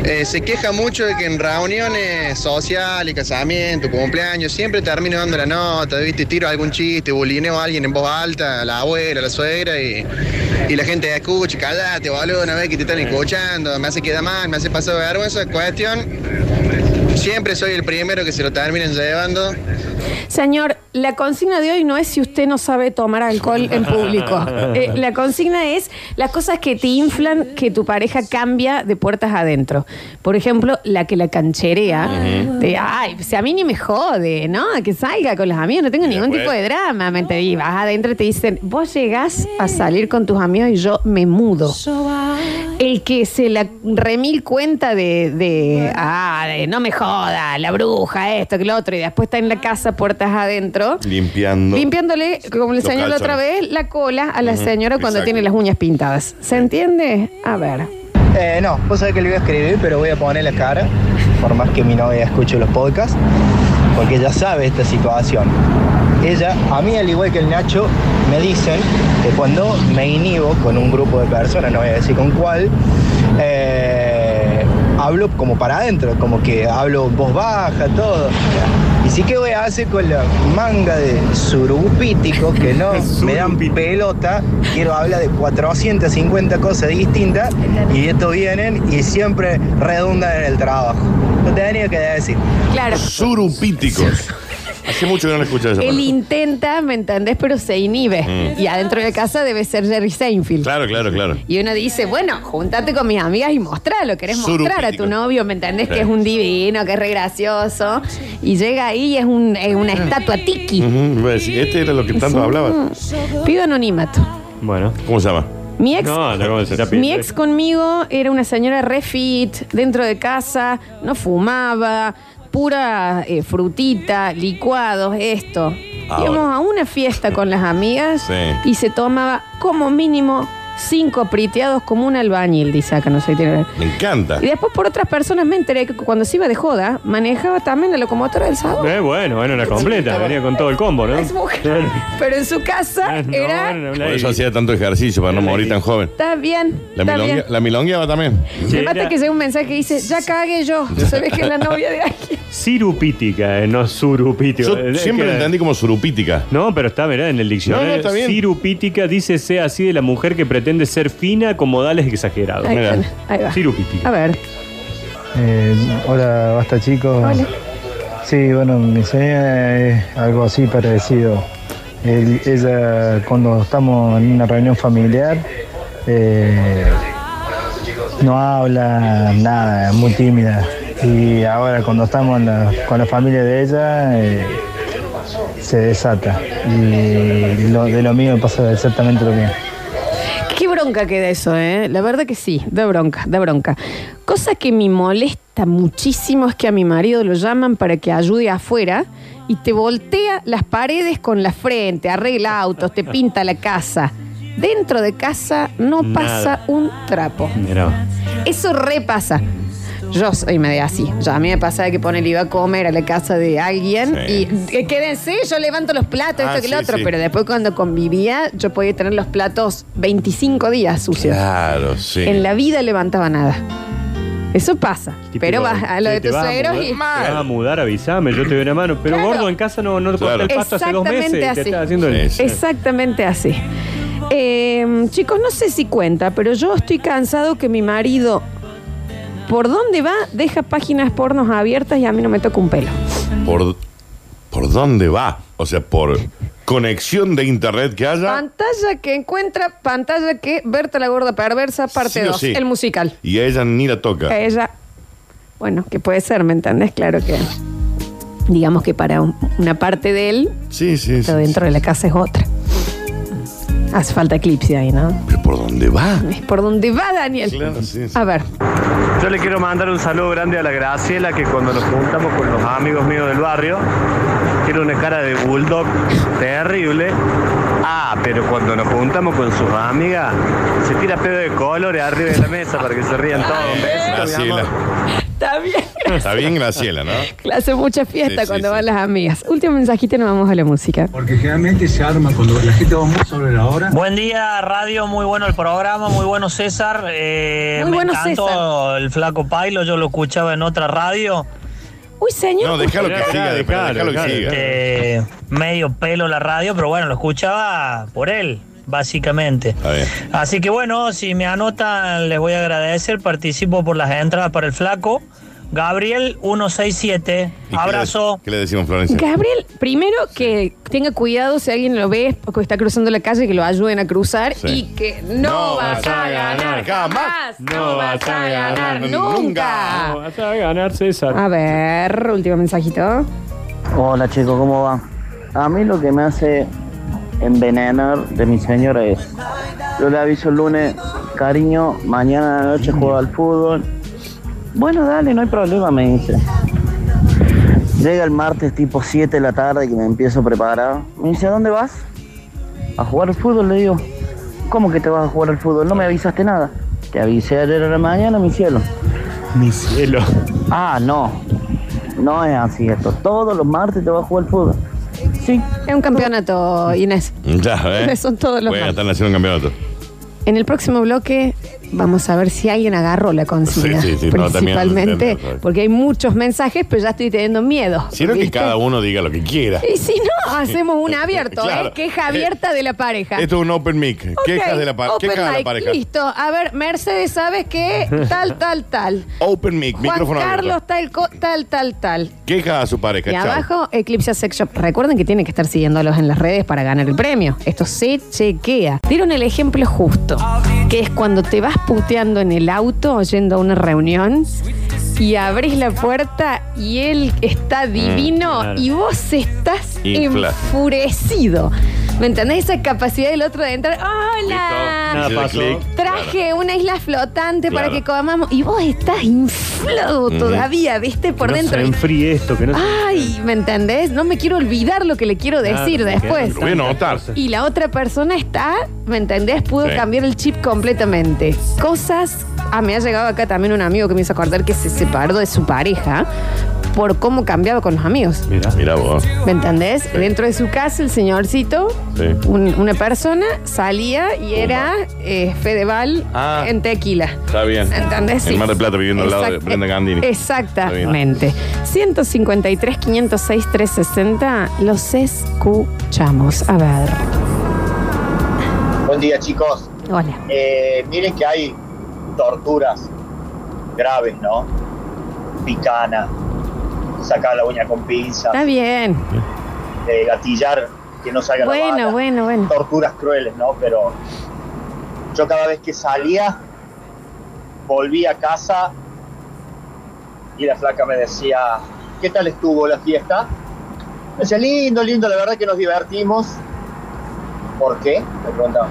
Speaker 14: eh, se queja mucho de que en reuniones sociales, casamientos, cumpleaños, siempre termino dando la nota, ¿viste? Tiro algún chiste, bulineo a alguien en voz alta, a la abuela, a la suegra, y, y la gente escucha, callate, boludo, una vez que te están escuchando, me hace quedar mal, me hace pasar vergüenza. Cuestión, siempre soy el primero que se lo terminen llevando.
Speaker 1: Señor, la consigna de hoy no es si usted no sabe tomar alcohol en público. Eh, la consigna es las cosas que te inflan que tu pareja cambia de puertas adentro. Por ejemplo, la que la cancherea. De, ay, si a mí ni me jode, ¿no? Que salga con los amigos, no tengo ningún tipo de drama. Me te y vas adentro y te dicen, vos llegás a salir con tus amigos y yo me mudo. El que se la remil cuenta de, de, ah, de no me joda, la bruja, esto, que lo otro, y después está en la casa, puertas adentro,
Speaker 3: Limpiando.
Speaker 1: limpiándole, como le
Speaker 3: Los
Speaker 1: señaló la otra
Speaker 3: calzones.
Speaker 1: vez, la cola a la
Speaker 10: Ujú,
Speaker 1: señora cuando
Speaker 10: exacto.
Speaker 1: tiene las uñas pintadas. ¿Se entiende? A ver.
Speaker 10: Eh, no, vos sabés que le voy a escribir, pero voy a poner la cara, por más que mi novia escuche los podcasts, porque ella sabe esta situación. Ella, a mí al igual que el Nacho, me dicen que cuando me inhibo con un grupo de personas, no voy a decir con cuál, eh, hablo como para adentro, como que hablo voz baja, todo. Y sí que voy a hacer con la manga de surupíticos que no me dan pelota, quiero hablar de 450 cosas distintas y estos vienen y siempre redundan en el trabajo. Lo tenía que decir.
Speaker 1: Claro.
Speaker 3: Surupíticos. Hace mucho que no la escucho esa
Speaker 1: Él
Speaker 3: palabra.
Speaker 1: intenta, ¿me entendés? Pero se inhibe.
Speaker 3: Mm.
Speaker 1: Y adentro de casa debe ser Jerry Seinfeld.
Speaker 3: Claro, claro, claro.
Speaker 1: Y uno dice, bueno, juntate con mis amigas y mostralo, querés mostrar a tu novio, ¿me entendés? Que
Speaker 3: Sí.
Speaker 1: es un divino, que es re gracioso. Y llega ahí y es, un- es una estatua tiki.
Speaker 3: Ujú, iba a decir, Este era lo que tanto hablaba.
Speaker 1: Mm. Pido anonimato.
Speaker 4: Bueno.
Speaker 3: ¿Cómo se llama?
Speaker 1: Mi ex-
Speaker 4: No, no, ¿cómo se llama?
Speaker 1: Mi ex conmigo era una señora refit, dentro de casa, no fumaba, pura eh, frutita, licuados, esto.
Speaker 3: Ahora.
Speaker 1: Íbamos a una fiesta con las amigas
Speaker 3: Sí.
Speaker 1: y se tomaba como mínimo cinco priteados como un albañil, dice acá, no sé. tiene-
Speaker 3: Me encanta.
Speaker 1: Y después por otras personas me enteré que cuando se iba de joda, manejaba también la locomotora del sábado.
Speaker 4: Eh, bueno, bueno, la completa, venía con todo el combo, ¿no? Claro.
Speaker 1: Pero en su casa era...
Speaker 3: Por eso hacía tanto ejercicio, para no morir tan joven.
Speaker 1: Está bien,
Speaker 3: La
Speaker 1: está bien.
Speaker 3: milongueaba la milongueaba también.
Speaker 1: Me mata que llega un mensaje que dice, ya cagué yo, se ve que es la novia de alguien.
Speaker 4: Sirupítica, eh, no surupítica.
Speaker 3: Yo siempre lo entendí como surupítica.
Speaker 4: No, pero está, mirá, en el diccionario.
Speaker 3: No, no, está bien.
Speaker 4: Sirupítica dice sea así de la mujer que pretende ser fina con modales exagerados.
Speaker 1: Ahí
Speaker 4: Mirá.
Speaker 1: está, ahí va.
Speaker 4: Sirupítica.
Speaker 1: A ver,
Speaker 15: Eh, hola, basta chicos. Sí, bueno, mi señora es algo así parecido. El- ella, cuando estamos en una reunión familiar, eh, no habla nada, es muy tímida. Y ahora cuando estamos en la- con la familia de ella, eh, se desata. Y lo- de lo mío pasa exactamente lo mismo.
Speaker 1: qué bronca queda eso, ¿eh? La verdad que sí, da bronca, da bronca. Cosa que me molesta muchísimo es que a mi marido lo llaman para que ayude afuera y te voltea las paredes con la frente, arregla autos, te pinta la casa. Dentro de casa no
Speaker 4: Nada.
Speaker 1: pasa un trapo.
Speaker 4: Mirá.
Speaker 1: Eso repasa. Yo soy media así. Ya a mí me pasaba que pone iba a comer a la casa de alguien y eh, quédense, yo levanto los platos,
Speaker 3: Ah,
Speaker 1: esto que lo
Speaker 3: sí,
Speaker 1: otro.
Speaker 3: sí.
Speaker 1: Pero después cuando convivía, yo podía tener los platos 25 días sucios.
Speaker 3: Claro, sí.
Speaker 1: En la vida levantaba nada. Eso pasa. pero vas a lo
Speaker 4: Sí,
Speaker 1: de
Speaker 4: te
Speaker 1: tus
Speaker 4: vas a
Speaker 1: suegros
Speaker 4: mudar-
Speaker 1: y.
Speaker 4: te vas a mudar, avísame, yo te doy una mano. Pero
Speaker 1: Claro.
Speaker 4: gordo, en casa no, no corta el pasto hace dos meses.
Speaker 1: Exactamente
Speaker 4: Te
Speaker 1: así.
Speaker 4: estás haciendo el...
Speaker 1: Exactamente así. Em, Eh, chicos, no sé si cuenta, pero yo estoy cansado que mi marido por dónde va, deja páginas pornos abiertas y a mí no me toca un pelo.
Speaker 3: ¿Por, por dónde va? O sea, por conexión de internet que haya.
Speaker 1: Pantalla que encuentra, pantalla que Berta la gorda perversa, parte
Speaker 3: Sí o
Speaker 1: 2,
Speaker 3: sí.
Speaker 1: el musical.
Speaker 3: Y ella ni la toca.
Speaker 1: A ella, bueno, que puede ser, ¿me entendés? Claro que, digamos que para un- una parte de él,
Speaker 3: sí, sí,
Speaker 1: pero dentro de la casa es otra. Hace falta eclipse ahí, ¿no?
Speaker 3: ¿Pero por dónde va?
Speaker 1: Es por donde va, Daniel. A ver,
Speaker 16: Yo le quiero mandar un saludo grande a la Graciela, que cuando nos juntamos con los amigos míos del barrio, tiene una cara de bulldog terrible. Ah, pero cuando nos juntamos con sus amigas, se tira pedo de colores arriba de la mesa para que se rían todos. Un besito, mi amor.
Speaker 3: Graciela.
Speaker 1: está bien.
Speaker 3: Está bien, Graciela, ¿no?
Speaker 1: Hace mucha fiesta
Speaker 3: Sí, sí,
Speaker 1: cuando
Speaker 3: sí.
Speaker 1: van las amigas. Último mensajito, nos vamos a la música.
Speaker 17: Porque generalmente se arma cuando la gente va muy sobre la hora.
Speaker 18: Buen día, radio, muy bueno el programa, muy bueno César. Eh,
Speaker 1: Muy
Speaker 18: me
Speaker 1: bueno,
Speaker 18: encantó el flaco Pailo, yo lo escuchaba en otra radio.
Speaker 1: Uy, señor.
Speaker 18: No,
Speaker 3: déjalo que siga, dejalo, dejalo que siga.
Speaker 18: Eh, medio pelo la radio, pero bueno, lo escuchaba por él, básicamente. Así que bueno, si me anotan, les voy a agradecer. Participo por las entradas para el flaco. Gabriel 167.
Speaker 3: ¿Y
Speaker 18: Abrazo.
Speaker 3: ¿Qué le, qué le decimos, Florencia?
Speaker 1: Gabriel, primero que tenga cuidado si alguien lo ve o que está cruzando la calle, que lo ayuden a cruzar
Speaker 3: Sí.
Speaker 1: y que no, vas a ganar jamás, no vas a ganar nunca.
Speaker 4: No vas a ganar, César.
Speaker 1: A ver, último mensajito.
Speaker 19: Hola chicos, ¿cómo va? A mí lo que me hace envenenar de mi señora es, yo le aviso el lunes, cariño, mañana a la noche juego al fútbol. Bueno, dale, no hay problema, me dice. Llega el martes tipo 7 de la tarde que me empiezo a preparar. Me dice, ¿a dónde vas? A jugar al fútbol, le digo. ¿Cómo que te vas a jugar al fútbol? No me avisaste nada. Te avisé ayer a la mañana, mi cielo.
Speaker 4: Mi cielo.
Speaker 19: Ah, no. No es así esto. Todos los martes te vas a jugar al fútbol. Sí.
Speaker 1: Es un campeonato, Inés.
Speaker 3: Ya, ¿eh?
Speaker 1: Son todos los
Speaker 3: Bueno,
Speaker 1: más.
Speaker 3: están haciendo un campeonato.
Speaker 1: En el próximo bloque vamos a ver si alguien agarró la consigna.
Speaker 3: Sí, sí, sí, no, también,
Speaker 1: principalmente
Speaker 3: también,
Speaker 1: porque hay muchos mensajes, pero ya estoy teniendo miedo.
Speaker 3: Sino que
Speaker 1: ¿viste?
Speaker 3: cada uno diga lo que quiera.
Speaker 1: Y si no, hacemos un abierto,
Speaker 3: Claro. eh,
Speaker 1: ¿eh? Queja abierta de la pareja.
Speaker 3: Esto es un open mic. Quejas de la, pa-
Speaker 1: pareja.
Speaker 3: quejas de la pareja.
Speaker 1: Listo. A ver, Mercedes, ¿sabes qué? Tal, tal, tal.
Speaker 3: Open mic,
Speaker 1: Juan
Speaker 3: micrófono abierto.
Speaker 1: Carlos, tal, co- tal, tal, tal.
Speaker 3: Quejas a su pareja.
Speaker 1: Y
Speaker 3: chao.
Speaker 1: abajo, Eclipse Sex Shop. Recuerden que tienen que estar siguiéndolos en las redes para ganar el premio. Esto se chequea. Dieron el ejemplo justo, que es cuando te vas puteando en el auto oyendo a una reunión y abrís la puerta y él está divino
Speaker 6: claro.
Speaker 1: y vos estás
Speaker 6: Infla.
Speaker 1: enfurecido. ¿Me entendés? Esa capacidad del otro de entrar. ¡Hola!
Speaker 6: Listo. Nada pasó. clic.
Speaker 1: Traje una isla flotante para
Speaker 4: Claro.
Speaker 1: que comamos. Y vos estás inflado
Speaker 4: Ujú.
Speaker 1: todavía, ¿viste? Por
Speaker 4: que
Speaker 1: dentro.
Speaker 4: No se enfríe esto, que no se-
Speaker 1: Ay, ¿me entendés? No me quiero olvidar lo que le quiero
Speaker 4: Claro,
Speaker 1: Ah, decir
Speaker 4: me
Speaker 1: después.
Speaker 4: quedan- Lo voy a anotar.
Speaker 1: Y la otra persona está, ¿me entendés? Pudo
Speaker 3: Sí.
Speaker 1: cambiar el chip completamente. Cosas. Ah, me ha llegado acá también un amigo que me hizo acordar que se separó de su pareja por cómo cambiaba con los amigos.
Speaker 3: Mira. vos.
Speaker 1: ¿Me entendés? Dentro de su casa, el señorcito,
Speaker 3: Sí.
Speaker 1: un- una persona, salía y era eh, Fedeval
Speaker 3: Ah.
Speaker 1: en tequila.
Speaker 3: Está bien.
Speaker 1: ¿Entendés?
Speaker 3: En Mar del Plata viviendo al lado de
Speaker 1: Exact-
Speaker 3: Brenda Gandini.
Speaker 1: Exactamente. 153, 506, 360, los escuchamos. A ver.
Speaker 20: Buen día, chicos.
Speaker 1: Hola.
Speaker 20: Eh, miren que hay torturas graves, ¿no? Picana, sacar la uña con pinza,
Speaker 1: Está bien.
Speaker 20: eh, gatillar, que no salga la
Speaker 1: Bueno, bueno, bueno.
Speaker 20: torturas crueles, ¿no? Pero yo cada vez que salía, volví a casa y la flaca me decía, ¿qué tal estuvo la fiesta? Me decía, lindo, lindo, la verdad que nos divertimos. ¿Por qué? Me preguntaba.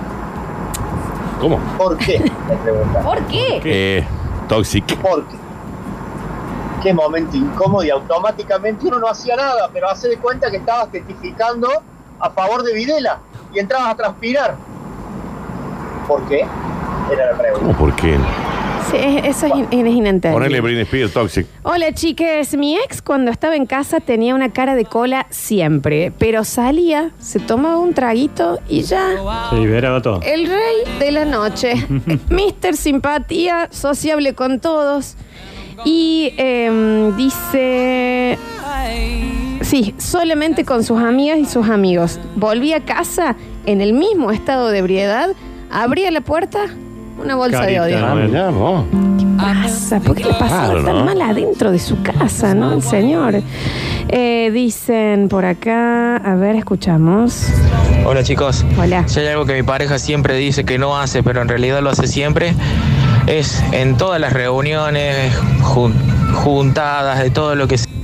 Speaker 3: ¿Cómo?
Speaker 20: ¿Por qué? Me preguntaba.
Speaker 1: ¿Por qué?
Speaker 3: Eh, toxic.
Speaker 20: ¿Por qué? Qué momento incómodo y automáticamente uno no hacía nada, pero hace de cuenta que estabas testificando a favor de Videla y entrabas a transpirar. ¿Por qué? Era la pregunta.
Speaker 3: ¿Cómo por qué?
Speaker 1: Sí, es- eso es, in- es inentendible.
Speaker 3: Ponele Britney Spears, toxic.
Speaker 1: Hola chiques, mi ex cuando estaba en casa tenía una cara de cola siempre, pero salía, se tomaba un traguito y ya.
Speaker 4: Se liberaba todo.
Speaker 1: El rey de la noche, Mr. Simpatía, sociable con todos. Y em, dice, sí, solamente con sus amigas y sus amigos. Volví a casa en el mismo estado de ebriedad, abría la puerta, una bolsa de odio.
Speaker 3: Ah, mirá vos.
Speaker 1: pasa? ¿Por qué le pasaba
Speaker 3: Raro,
Speaker 1: tan
Speaker 3: ¿no?
Speaker 1: mal adentro de su casa, no? El señor. Eh, dicen por acá, a ver, escuchamos.
Speaker 21: Hola chicos.
Speaker 1: Hola.
Speaker 21: Si hay algo que mi pareja siempre dice que no hace, pero en realidad lo hace siempre, es en todas las reuniones, jun- juntadas, de todo lo que sea.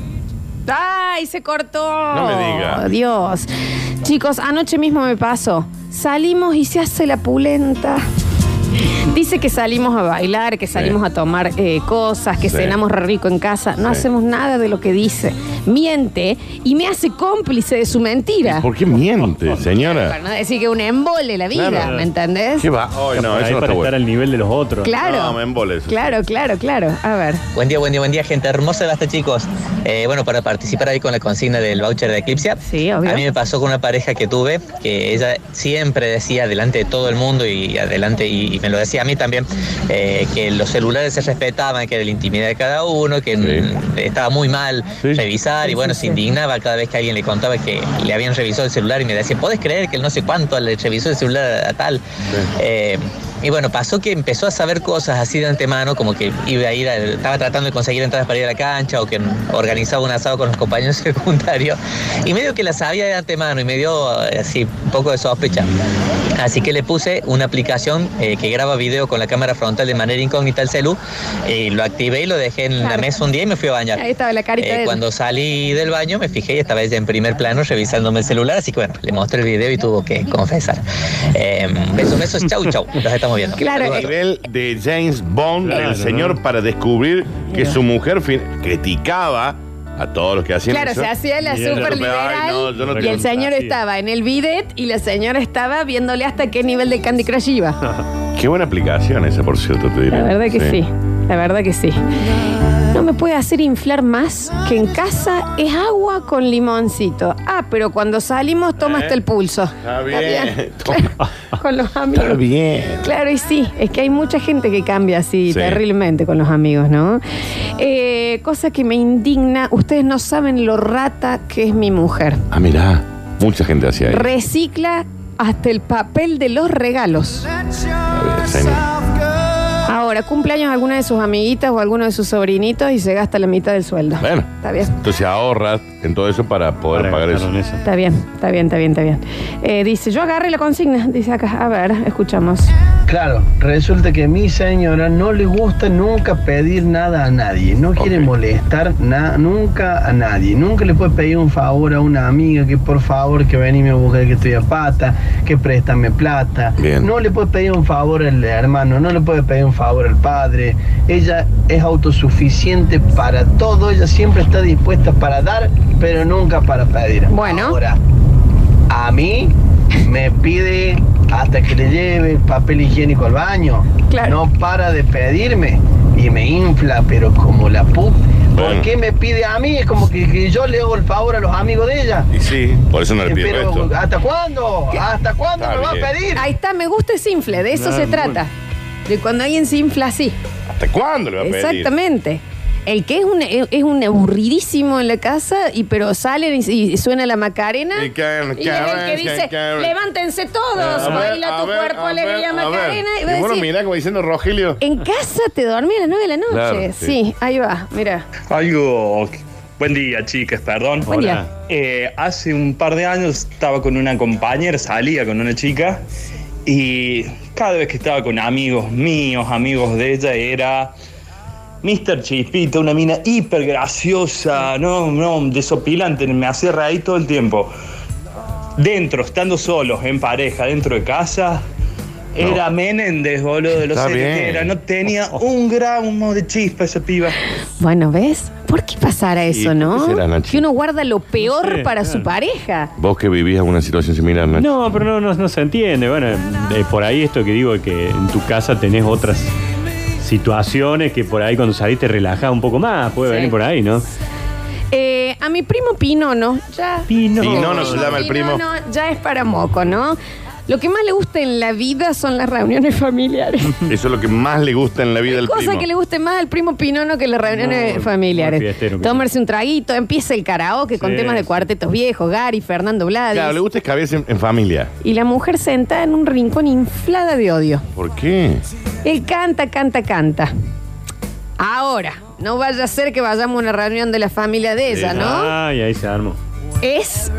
Speaker 1: ¡Ay, se cortó! Oh,
Speaker 21: No me diga.
Speaker 1: Dios. Chicos, anoche mismo me pasó. Salimos y se hace la pulenta. Dice que salimos a bailar, que salimos a tomar eh, cosas, que
Speaker 22: Sí.
Speaker 1: cenamos re rico en casa. No
Speaker 3: Sí.
Speaker 1: hacemos nada de lo que dice. Miente y me hace cómplice de su mentira.
Speaker 3: ¿Por qué miente,
Speaker 1: Para
Speaker 3: señora?
Speaker 1: no decir que un embole la vida,
Speaker 3: pues. Claro.
Speaker 1: ¿me entendés?
Speaker 3: ¿Qué va? Ay, no,
Speaker 4: Por ahí
Speaker 3: eso no
Speaker 4: para
Speaker 3: está
Speaker 4: estar
Speaker 3: bueno.
Speaker 4: al nivel de los otros.
Speaker 1: Claro.
Speaker 21: No,
Speaker 3: me emboles.
Speaker 1: Claro, claro, claro. A ver.
Speaker 21: Buen día, buen día, buen día, gente hermosa de hasta chicos. Eh, bueno, para participar ahí con la consigna del voucher de Eclipse, a mí me pasó con una pareja que tuve, que ella siempre decía delante de todo el mundo y adelante, y, y me lo decía a mí también, eh, que los celulares se respetaban, que era la intimidad de cada uno, que mm, estaba muy mal revisar, y bueno, se indignaba cada vez que alguien le contaba que le habían revisado el celular y me decía, ¿podés creer que el no sé cuánto le revisó el celular a tal? Eh, y bueno, pasó que empezó a saber cosas así de antemano, como que iba a ir, a- estaba tratando de conseguir entradas para ir a la cancha o que organizaba un asado con los compañeros secundarios. Y medio que la sabía de antemano y me dio eh, así un poco de sospecha. Así que le puse una aplicación eh, que graba video con la cámara frontal de manera incógnita al celu. Y lo activé y lo dejé en la mesa un día y me fui a bañar.
Speaker 1: Ahí estaba la carita
Speaker 21: Eh,
Speaker 1: de él.
Speaker 21: cuando salí del baño me fijé y estaba ella en primer plano revisándome el celular, así que bueno, le mostré el video y tuvo que confesar. Eh, besos, besos, chau, chau. Los estamos viendo.
Speaker 3: El
Speaker 1: eh.
Speaker 21: Saludos.
Speaker 3: nivel de James Bond,
Speaker 21: Claro,
Speaker 3: el señor, para descubrir que su mujer fin- criticaba a todos los que hacían
Speaker 1: Claro,
Speaker 3: eso.
Speaker 1: se hacía la
Speaker 3: Y él
Speaker 1: super
Speaker 3: de repente,
Speaker 1: liberal
Speaker 3: "Ay, no, yo no
Speaker 1: y
Speaker 3: tengo-
Speaker 1: el señor
Speaker 3: así".
Speaker 1: estaba en el bidet y la señora estaba viéndole hasta qué nivel de Candy Crush iba.
Speaker 3: Qué buena aplicación esa, por cierto, te diré.
Speaker 1: La verdad que sí. la verdad que sí. No me puede hacer inflar más que en casa es agua con limoncito. Ah, pero cuando salimos toma
Speaker 3: Eh,
Speaker 1: hasta el pulso.
Speaker 3: Está bien.
Speaker 1: Con los amigos.
Speaker 3: Está bien.
Speaker 1: Claro, y sí, es que hay mucha gente que cambia así
Speaker 3: Sí.
Speaker 1: terriblemente con los amigos, ¿no? Eh, cosa que me indigna, ustedes no saben lo rata que es mi mujer.
Speaker 3: Ah, mirá, mucha gente hacía eso.
Speaker 1: Recicla hasta el papel de los regalos. Ahora, cumpleaños alguna de sus amiguitas o alguno de sus sobrinitos y se gasta la mitad del sueldo.
Speaker 3: Bueno.
Speaker 1: Está bien.
Speaker 3: Entonces ahorras en todo eso para poder pagar eso.
Speaker 1: Está bien, está bien, está bien, está bien. Eh, dice, yo agarré la consigna, dice acá. A ver, escuchamos.
Speaker 23: Claro, resulta que a mi señora no le gusta nunca pedir nada a nadie, no quiere molestar na- nunca a nadie, nunca le puede pedir un favor a una amiga que por favor que ven y me busque que estoy a pata, que préstame plata, no le puede pedir un favor al hermano, no le puede pedir un favor al padre, ella es autosuficiente para todo, ella siempre está dispuesta para dar, pero nunca para pedir. Bueno. Ahora, a mí me pide hasta que le lleve el papel higiénico al baño. No para de pedirme y me infla, pero como la pup. ¿Por
Speaker 3: Bueno.
Speaker 23: qué me pide a mí? Es como que, que yo le hago el favor a los amigos de ella.
Speaker 3: Y sí, por eso no le pido
Speaker 23: Pero,
Speaker 3: esto.
Speaker 23: ¿hasta cuándo? ¿Hasta cuándo
Speaker 3: Está
Speaker 23: me va a
Speaker 3: bien.
Speaker 23: pedir?
Speaker 1: Ahí está, me gusta ese infle, de eso
Speaker 3: Ah,
Speaker 1: se
Speaker 3: muy
Speaker 1: trata. De cuando alguien se infla así.
Speaker 3: ¿Hasta cuándo le va a pedir?
Speaker 1: Exactamente. El que es un, es un aburridísimo en la casa, y pero salen y, y suena la macarena.
Speaker 3: Y caen,
Speaker 1: Y es el que
Speaker 3: caen,
Speaker 1: dice,
Speaker 3: caen.
Speaker 1: levántense todos,
Speaker 3: A ver,
Speaker 1: baila
Speaker 3: a
Speaker 1: tu
Speaker 3: ver,
Speaker 1: cuerpo,
Speaker 3: a ver,
Speaker 1: alegría,
Speaker 3: a ver.
Speaker 1: Macarena. Y
Speaker 3: Y
Speaker 1: va a
Speaker 3: bueno,
Speaker 1: decir,
Speaker 3: mirá como diciendo Rogelio.
Speaker 1: en casa te dormí a las 9 de la noche.
Speaker 3: Claro,
Speaker 1: sí.
Speaker 3: sí.
Speaker 1: ahí va, mira.
Speaker 24: Algo. Buen día, chicas, perdón.
Speaker 1: Buen día. Hola.
Speaker 24: Eh, hace un par de años estaba con una compañera, salía con una chica, y cada vez que estaba con amigos míos, amigos de ella, era. Mr. Chispita, una mina hiper graciosa, no, no, desopilante, me hacía reír todo el tiempo. Dentro, estando solos, en pareja, dentro de casa, era Menéndez, boludo, de los
Speaker 23: Está bien.
Speaker 24: era, no tenía un gramo de chispa esa piba.
Speaker 1: Bueno, ¿ves? ¿Por qué pasará eso,
Speaker 3: por qué
Speaker 1: no?
Speaker 3: será, Nachi?
Speaker 1: que uno guarda lo peor
Speaker 4: No sé,
Speaker 1: para su
Speaker 4: claro.
Speaker 1: pareja.
Speaker 3: Vos que vivís alguna situación similar, Nacho.
Speaker 4: No, pero no, no, no se entiende. Bueno, eh, por ahí esto que digo, que en tu casa tenés otras situaciones que por ahí cuando salís te relajás un poco más. Puede
Speaker 1: Sí.
Speaker 4: venir por ahí, ¿no?
Speaker 1: Eh, a mi primo Pinono, ya.
Speaker 4: Pinono. Pinono se llama el primo.
Speaker 1: Pinono ya es para moco, ¿no? Lo que más le gusta en la vida son las reuniones familiares.
Speaker 3: Eso es lo que más le gusta en la vida del
Speaker 1: Cosa
Speaker 3: primo.
Speaker 1: que le guste más al primo Pinono que las reuniones
Speaker 3: No, muy
Speaker 1: familiares.
Speaker 3: fiestero que
Speaker 1: Tomarse un traguito, empieza el karaoke con
Speaker 3: Sí,
Speaker 1: temas de cuartetos viejos, Gary, Fernando Blades.
Speaker 3: Claro, le gusta escabearse en, en familia.
Speaker 1: Y la mujer sentada en un rincón inflada de odio.
Speaker 3: ¿Por qué?
Speaker 1: Él canta, canta, canta. Ahora, no vaya a ser que vayamos a una reunión de la familia de ella, ¿no?
Speaker 4: Eh, Ay, ahí se armó.
Speaker 1: Es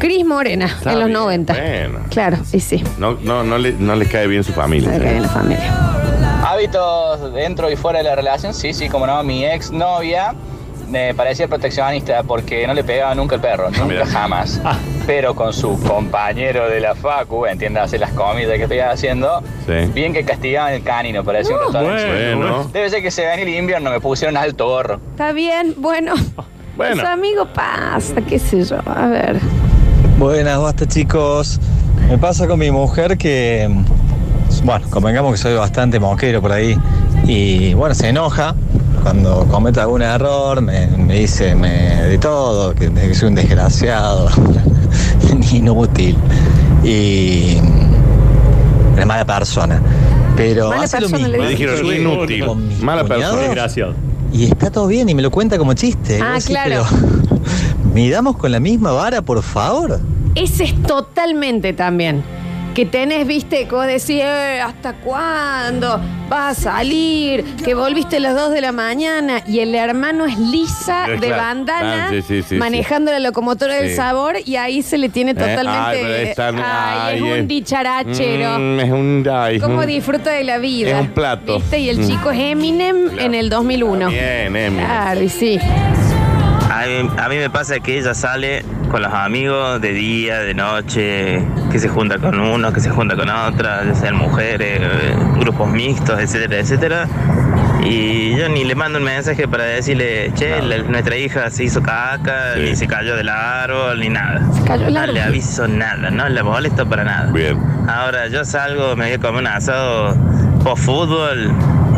Speaker 1: Cris Morena
Speaker 3: Está
Speaker 1: en los
Speaker 3: bien,
Speaker 1: 90.
Speaker 3: bueno.
Speaker 1: Claro, y sí.
Speaker 3: No, no, no, le, no les cae bien su familia.
Speaker 1: Sabe que hay en la familia.
Speaker 5: Hábitos dentro y fuera de la relación, sí, sí, como no, mi ex novia me parecía proteccionista porque no le pegaba nunca el
Speaker 3: Ah,
Speaker 5: perro, nunca jamás. Pero con su compañero de la facu, entiéndase las comidas que estoy haciendo,
Speaker 3: Sí.
Speaker 5: bien que castigaban el canino, parecía un restaurante.
Speaker 3: bueno, bueno.
Speaker 5: Debe ser que se ven el invierno, me pusieron alto gorro.
Speaker 1: Está bien, bueno.
Speaker 3: Bueno.
Speaker 1: Su amigo pasa, qué sé yo. A ver.
Speaker 2: Buenas, basta chicos. Me pasa con mi mujer que, bueno, convengamos que soy bastante moquero por ahí. Y bueno, se enoja cuando cometo algún error, me, me dice me- de todo, que, que soy un desgraciado, inútil y una mala persona. Pero
Speaker 3: Mala
Speaker 2: hace lo
Speaker 3: persona, le
Speaker 2: mismo.
Speaker 3: dijeron,
Speaker 2: Yo
Speaker 3: inútil,
Speaker 2: con mis
Speaker 3: mala persona.
Speaker 2: cuñados,
Speaker 3: Desgraciado.
Speaker 2: Y está todo bien y me lo cuenta como chiste.
Speaker 1: Ah,
Speaker 2: Y vos decís,
Speaker 1: claro.
Speaker 2: "Pero, Midamos con la misma vara, por favor.
Speaker 1: Ese es totalmente también. Que tenés, viste, como decís, "Eh, ¿hasta cuándo vas a salir? Que volviste a las 2 de la mañana y el hermano es lisa
Speaker 3: Eh,
Speaker 1: de
Speaker 3: claro.
Speaker 1: bandana
Speaker 3: Ah, sí, sí, sí,
Speaker 1: manejando la locomotora del
Speaker 3: Sí.
Speaker 1: sabor y ahí se le tiene
Speaker 3: Eh, ay, pero
Speaker 1: totalmente.
Speaker 3: es tan-
Speaker 1: ay, es
Speaker 3: ay,
Speaker 1: un
Speaker 3: es-
Speaker 1: dicharachero.
Speaker 3: Mm, es un. ay, es
Speaker 1: ¿Cómo
Speaker 3: un-
Speaker 1: disfruta de la vida?
Speaker 3: es un plato.
Speaker 1: ¿Viste? Y el chico es Eminem en el 2001.
Speaker 3: Bien, Emi.
Speaker 1: Claro, y sí.
Speaker 8: A mí, a mí me pasa que ella sale con los amigos de día, de noche, que se junta con uno, que se junta con otra, ya sean mujeres, eh, grupos mixtos, etcétera, etcétera. Y yo ni le mando un mensaje para decirle, che, la- nuestra hija se hizo caca, ni se cayó del árbol, ni nada.
Speaker 1: cayó del
Speaker 8: No
Speaker 1: árbol.
Speaker 8: le aviso nada, no le molesto para nada.
Speaker 3: Bien.
Speaker 8: Ahora yo salgo, me voy a comer un asado post fútbol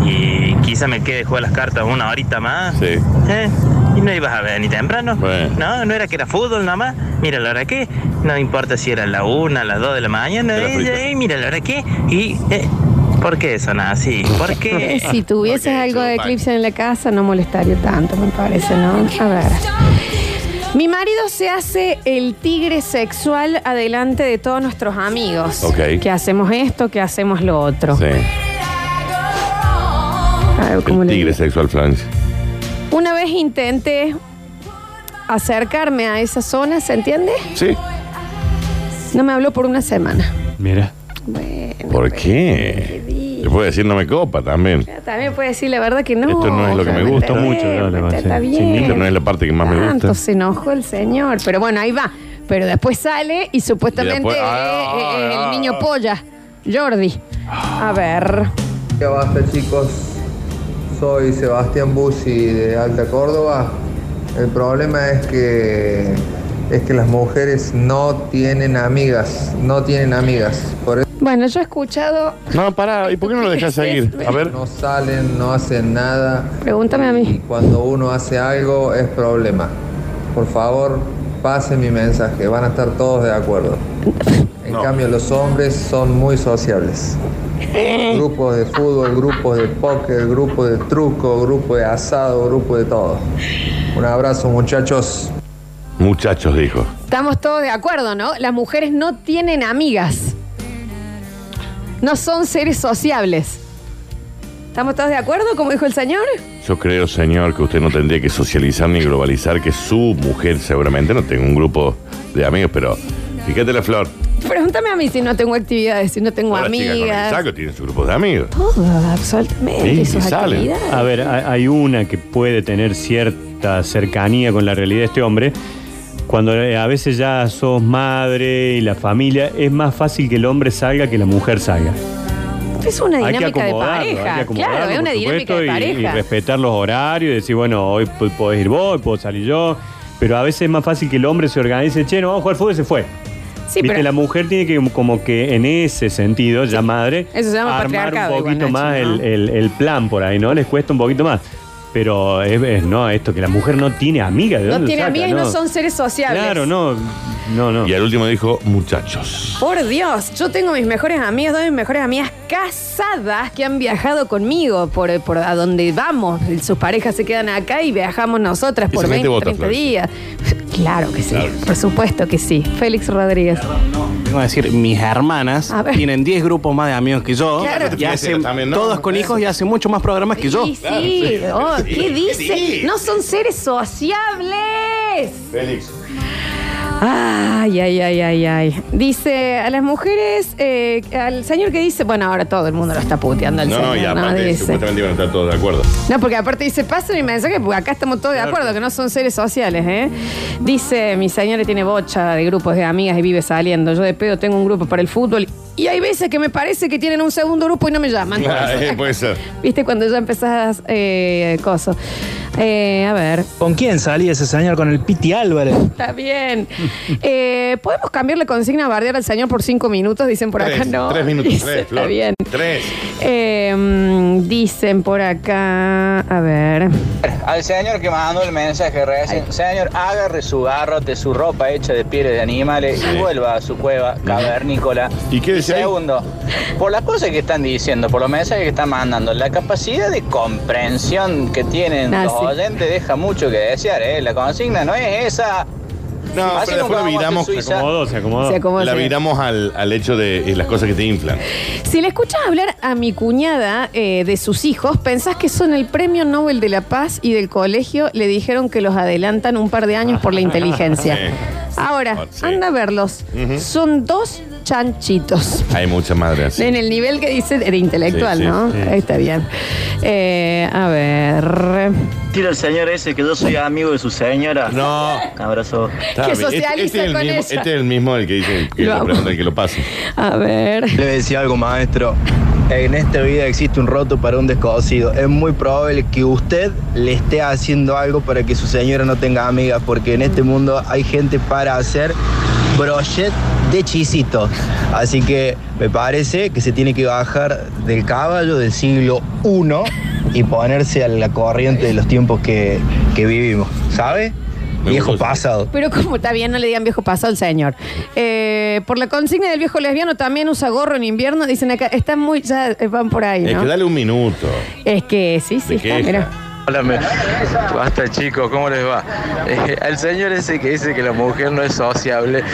Speaker 8: y quizá me quede jugar las cartas una horita más.
Speaker 3: Sí.
Speaker 8: ¿Eh? Y no ibas a ver ni temprano. No, no era que era fútbol nada más. Mira la hora que. No importa si era la una, las dos de la mañana.
Speaker 3: Era
Speaker 8: eh,
Speaker 3: frito.
Speaker 8: eh, mira la hora que. Y. eh, ¿Por qué son así? ¿Por qué?
Speaker 1: Si tuvieses algo de eclipse en la casa, no molestaría tanto, me parece, ¿no? A ver. Mi marido se hace el tigre sexual adelante de todos nuestros amigos.
Speaker 3: Ok.
Speaker 1: Que hacemos esto, que hacemos lo otro.
Speaker 3: Sí. El tigre sexual, Florencia.
Speaker 1: Una vez intenté acercarme a esa zona, ¿se entiende?
Speaker 3: Sí.
Speaker 1: No me habló por una semana.
Speaker 4: Mira.
Speaker 3: ¿Por
Speaker 1: pues,
Speaker 3: qué? Le puedo decir, no me copa también.
Speaker 1: También puede decir la verdad que no.
Speaker 3: Esto no es lo que me gusta mucho.
Speaker 1: no,
Speaker 3: la verdad,
Speaker 1: está
Speaker 3: sí.
Speaker 1: bien.
Speaker 3: Esto no es la parte que más
Speaker 4: Este.
Speaker 3: me gusta.
Speaker 1: Tanto se enojó el señor. Pero bueno, ahí va. Pero después sale y supuestamente
Speaker 3: Y después-
Speaker 1: eh,
Speaker 3: ah,
Speaker 1: eh, eh,
Speaker 3: ah,
Speaker 1: el niño polla, Jordi. A ver.
Speaker 11: Ya basta chicos, soy Sebastián Bussi de Alta Córdoba. El problema es que es que las mujeres no tienen amigas, no tienen amigas. Por eso
Speaker 1: Bueno, yo he escuchado.
Speaker 3: No, pará, ¿y por qué no lo dejas seguir? A ver.
Speaker 11: no salen, no hacen nada.
Speaker 1: Pregúntame a mí.
Speaker 11: Y cuando uno hace algo es problema. Por favor, pase mi mensaje, van a estar todos de acuerdo. En cambio, los hombres son muy sociables. Grupos de fútbol, grupos de póker, grupos de truco, grupos de asado, grupos de todo. Un abrazo, muchachos.
Speaker 3: Muchachos, dijo.
Speaker 1: Estamos todos de acuerdo, ¿no? Las mujeres no tienen amigas. No son seres sociables. ¿Estamos todos de acuerdo, como dijo el señor?
Speaker 3: Yo creo, señor, que usted no tendría que socializar ni globalizar, que su mujer seguramente no tenga un grupo de amigos, pero fíjate la flor.
Speaker 1: Pregúntame a mí si no tengo actividades, si no tengo
Speaker 3: Ahora chica con el
Speaker 1: amigas.
Speaker 3: saco tiene su grupo de amigos.
Speaker 1: Todo, absolutamente. y sus actividades.
Speaker 4: A ver, hay hay una que puede tener cierta cercanía con la realidad de este hombre. Cuando eh, a veces ya sos madre y la familia, es más fácil que el hombre salga que la mujer salga.
Speaker 1: Es una
Speaker 4: Hay que
Speaker 1: dinámica de
Speaker 4: acomodarlo, hay que
Speaker 1: pareja.
Speaker 4: acomodarlo,
Speaker 1: Claro, es
Speaker 4: por
Speaker 1: una dinámica
Speaker 4: supuesto,
Speaker 1: de
Speaker 4: y- Y,
Speaker 1: pareja.
Speaker 4: respetar los horarios y decir, bueno, hoy p- podés ir vos, hoy puedo salir yo. Pero a veces es más fácil que el hombre se organice, che, no vamos a jugar fútbol, se fue.
Speaker 1: Sí,
Speaker 4: Viste,
Speaker 1: pero-
Speaker 4: la mujer tiene que como que en ese sentido, ya madre,
Speaker 1: Eso se llama
Speaker 4: armar un
Speaker 1: patriarcado,
Speaker 4: poquito
Speaker 1: igual, Nacho,
Speaker 4: más
Speaker 1: ¿no?
Speaker 4: el, el- el plan por ahí, ¿no? Les cuesta un poquito más. Pero es, es- no, esto, que la mujer no tiene amiga. ¿de
Speaker 1: No
Speaker 4: dónde
Speaker 1: tiene
Speaker 4: saca,
Speaker 1: amigas y no son seres sociables.
Speaker 4: Claro, no, no, no.
Speaker 3: Y al último dijo, muchachos.
Speaker 1: Por Dios, yo tengo mis mejores amigas, dos de mis mejores amigas casadas que han viajado conmigo por, por a donde vamos. Sus parejas se quedan acá y viajamos nosotras por
Speaker 3: Esa
Speaker 1: 20,
Speaker 3: gente vota,
Speaker 1: 30
Speaker 3: Florencia.
Speaker 1: días. Claro que sí. Por supuesto que sí. Félix Rodríguez.
Speaker 7: Tengo que decir, mis hermanas
Speaker 1: A ver.
Speaker 7: tienen 10 grupos más de amigos que yo.
Speaker 1: Claro.
Speaker 7: Y hacen,
Speaker 1: También, ¿no?
Speaker 7: todos con hijos y hacen muchos más programas que yo.
Speaker 1: Sí, sí. Oh, ¿Qué dice? No son seres sociables.
Speaker 3: Félix.
Speaker 1: Ay, ay, ay, ay, ay. Dice a las mujeres, eh, al señor que dice, bueno, ahora todo el mundo lo está puteando al
Speaker 3: No,
Speaker 1: señor.
Speaker 3: no, y aparte,
Speaker 1: Dice-
Speaker 3: supuestamente iban a estar todos de acuerdo.
Speaker 1: No, porque aparte dice, pasa mi mensaje, porque acá estamos todos de acuerdo, que no son seres sociales, ¿eh? Dice, mi señora tiene bocha de grupos de amigas y vive saliendo. Yo de pedo tengo un grupo para el fútbol y hay veces que me parece que tienen un segundo grupo y no me llaman.
Speaker 3: Ah, eh, puede ser.
Speaker 1: ¿Viste cuando ya empezás eh, coso? Eh, a ver,
Speaker 9: ¿Con quién salía ese señor? Con el Piti Álvarez.
Speaker 1: está bien. Eh, ¿Podemos cambiar la consigna a bardear al señor por cinco minutos? Dicen por acá,
Speaker 3: Tres,
Speaker 1: no.
Speaker 3: tres minutos,
Speaker 1: Dice,
Speaker 3: tres,
Speaker 1: está
Speaker 3: Flor.
Speaker 1: bien.
Speaker 3: Tres.
Speaker 1: Eh, mm, dicen por acá, a ver.
Speaker 5: Al señor que mandó el mensaje recién, señor, agarre su garrote, su ropa hecha de pieles de animales y vuelva a su cueva cavernícola.
Speaker 3: ¿Y qué
Speaker 5: Segundo, por las cosas que están diciendo, por los mensajes que están mandando, la capacidad de comprensión que tienen
Speaker 1: Ah,
Speaker 5: los
Speaker 1: sí.
Speaker 5: oyentes deja mucho que desear, ¿eh? La consigna no es esa.
Speaker 1: Ah,
Speaker 3: No,
Speaker 5: Así
Speaker 3: pero después
Speaker 5: nunca
Speaker 3: la
Speaker 5: vamos a
Speaker 3: viramos.
Speaker 5: hacer Suiza.
Speaker 1: Se acomodó,
Speaker 3: La
Speaker 1: sí.
Speaker 3: viramos al, al hecho de eh, las cosas que te inflan.
Speaker 1: Si le escuchas hablar a mi cuñada eh, de sus hijos, pensás que son el premio Nobel de la Paz y del colegio le dijeron que los adelantan un par de años por la inteligencia. Ahora, anda a verlos.
Speaker 3: Ujú.
Speaker 1: Son dos chanchitos.
Speaker 3: Hay mucha madre así.
Speaker 1: En el nivel que dice de intelectual,
Speaker 3: Sí, sí,
Speaker 1: ¿no?
Speaker 3: sí.
Speaker 1: Ahí Está bien. Eh, a ver.
Speaker 8: Tira el señor ese que yo soy amigo de su señora.
Speaker 3: No.
Speaker 8: Abrazo.
Speaker 3: Está bien. Este- este es el mismo, Este es el mismo el que dice que
Speaker 8: Lo
Speaker 3: lo,
Speaker 8: amo.
Speaker 3: pregunta el que lo pase.
Speaker 1: A ver.
Speaker 10: Le decía algo, maestro. En esta vida existe un roto para un desconocido. Es muy probable que usted le esté haciendo algo para que su señora no tenga amigas, porque en este mundo hay gente para hacer brochet de chisitos. Así que me parece que se tiene que bajar del caballo del siglo I y ponerse a la corriente de los tiempos que, que vivimos. ¿Sabe? Viejo pasado.
Speaker 1: Pero como está bien, no le digan viejo pasado al señor. Eh, por la consigna del viejo lesbiano también usa gorro en invierno. Dicen acá, están muy, ya eh, van por ahí,
Speaker 3: Es
Speaker 1: ¿no?
Speaker 3: que dale un minuto.
Speaker 1: Es que sí, sí, está,
Speaker 3: queja.
Speaker 1: mira.
Speaker 12: Hola, me- basta chicos, ¿cómo les va? Eh, al señor ese que dice que la mujer no es sociable, eh,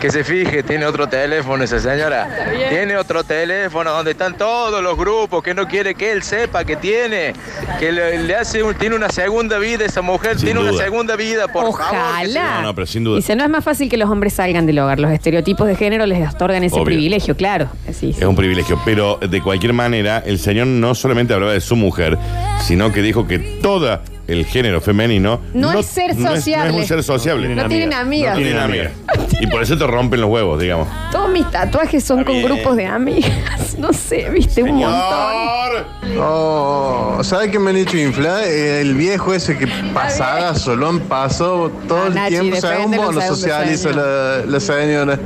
Speaker 12: que se fije, tiene otro teléfono esa señora. Tiene otro teléfono donde están todos los grupos, que no quiere que él sepa que tiene, que le, le hace un- tiene una segunda vida esa mujer, tiene una
Speaker 3: duda.
Speaker 12: segunda vida, por favor. que se-
Speaker 1: Ojalá.
Speaker 3: No, no, pero sin duda.
Speaker 1: Dice, no es más fácil que los hombres salgan del hogar. Los estereotipos de género les otorgan ese
Speaker 3: Obvio.
Speaker 1: privilegio, claro. Sí, sí.
Speaker 3: Es un privilegio. Pero de cualquier manera, el señor no solamente hablaba de su mujer, sino que dijo que todo el género femenino
Speaker 1: No es ser
Speaker 3: no es- No es,
Speaker 1: sociable.
Speaker 3: un ser sociable.
Speaker 1: No tienen amigas.
Speaker 3: No tienen
Speaker 1: No
Speaker 3: amigas. Y por eso te rompen los huevos, digamos.
Speaker 1: Todos mis tatuajes son con grupos de amigas. No sé, viste, un montón.
Speaker 22: Oh, ¿sabe qué me han hecho inflar? Eh, El viejo ese que pasada Solón pasó todo
Speaker 1: Ah,
Speaker 22: el
Speaker 1: Nachi,
Speaker 22: tiempo. O sea, un
Speaker 1: deféndelo,
Speaker 22: bono
Speaker 1: segundo
Speaker 22: social hizo la, la señora.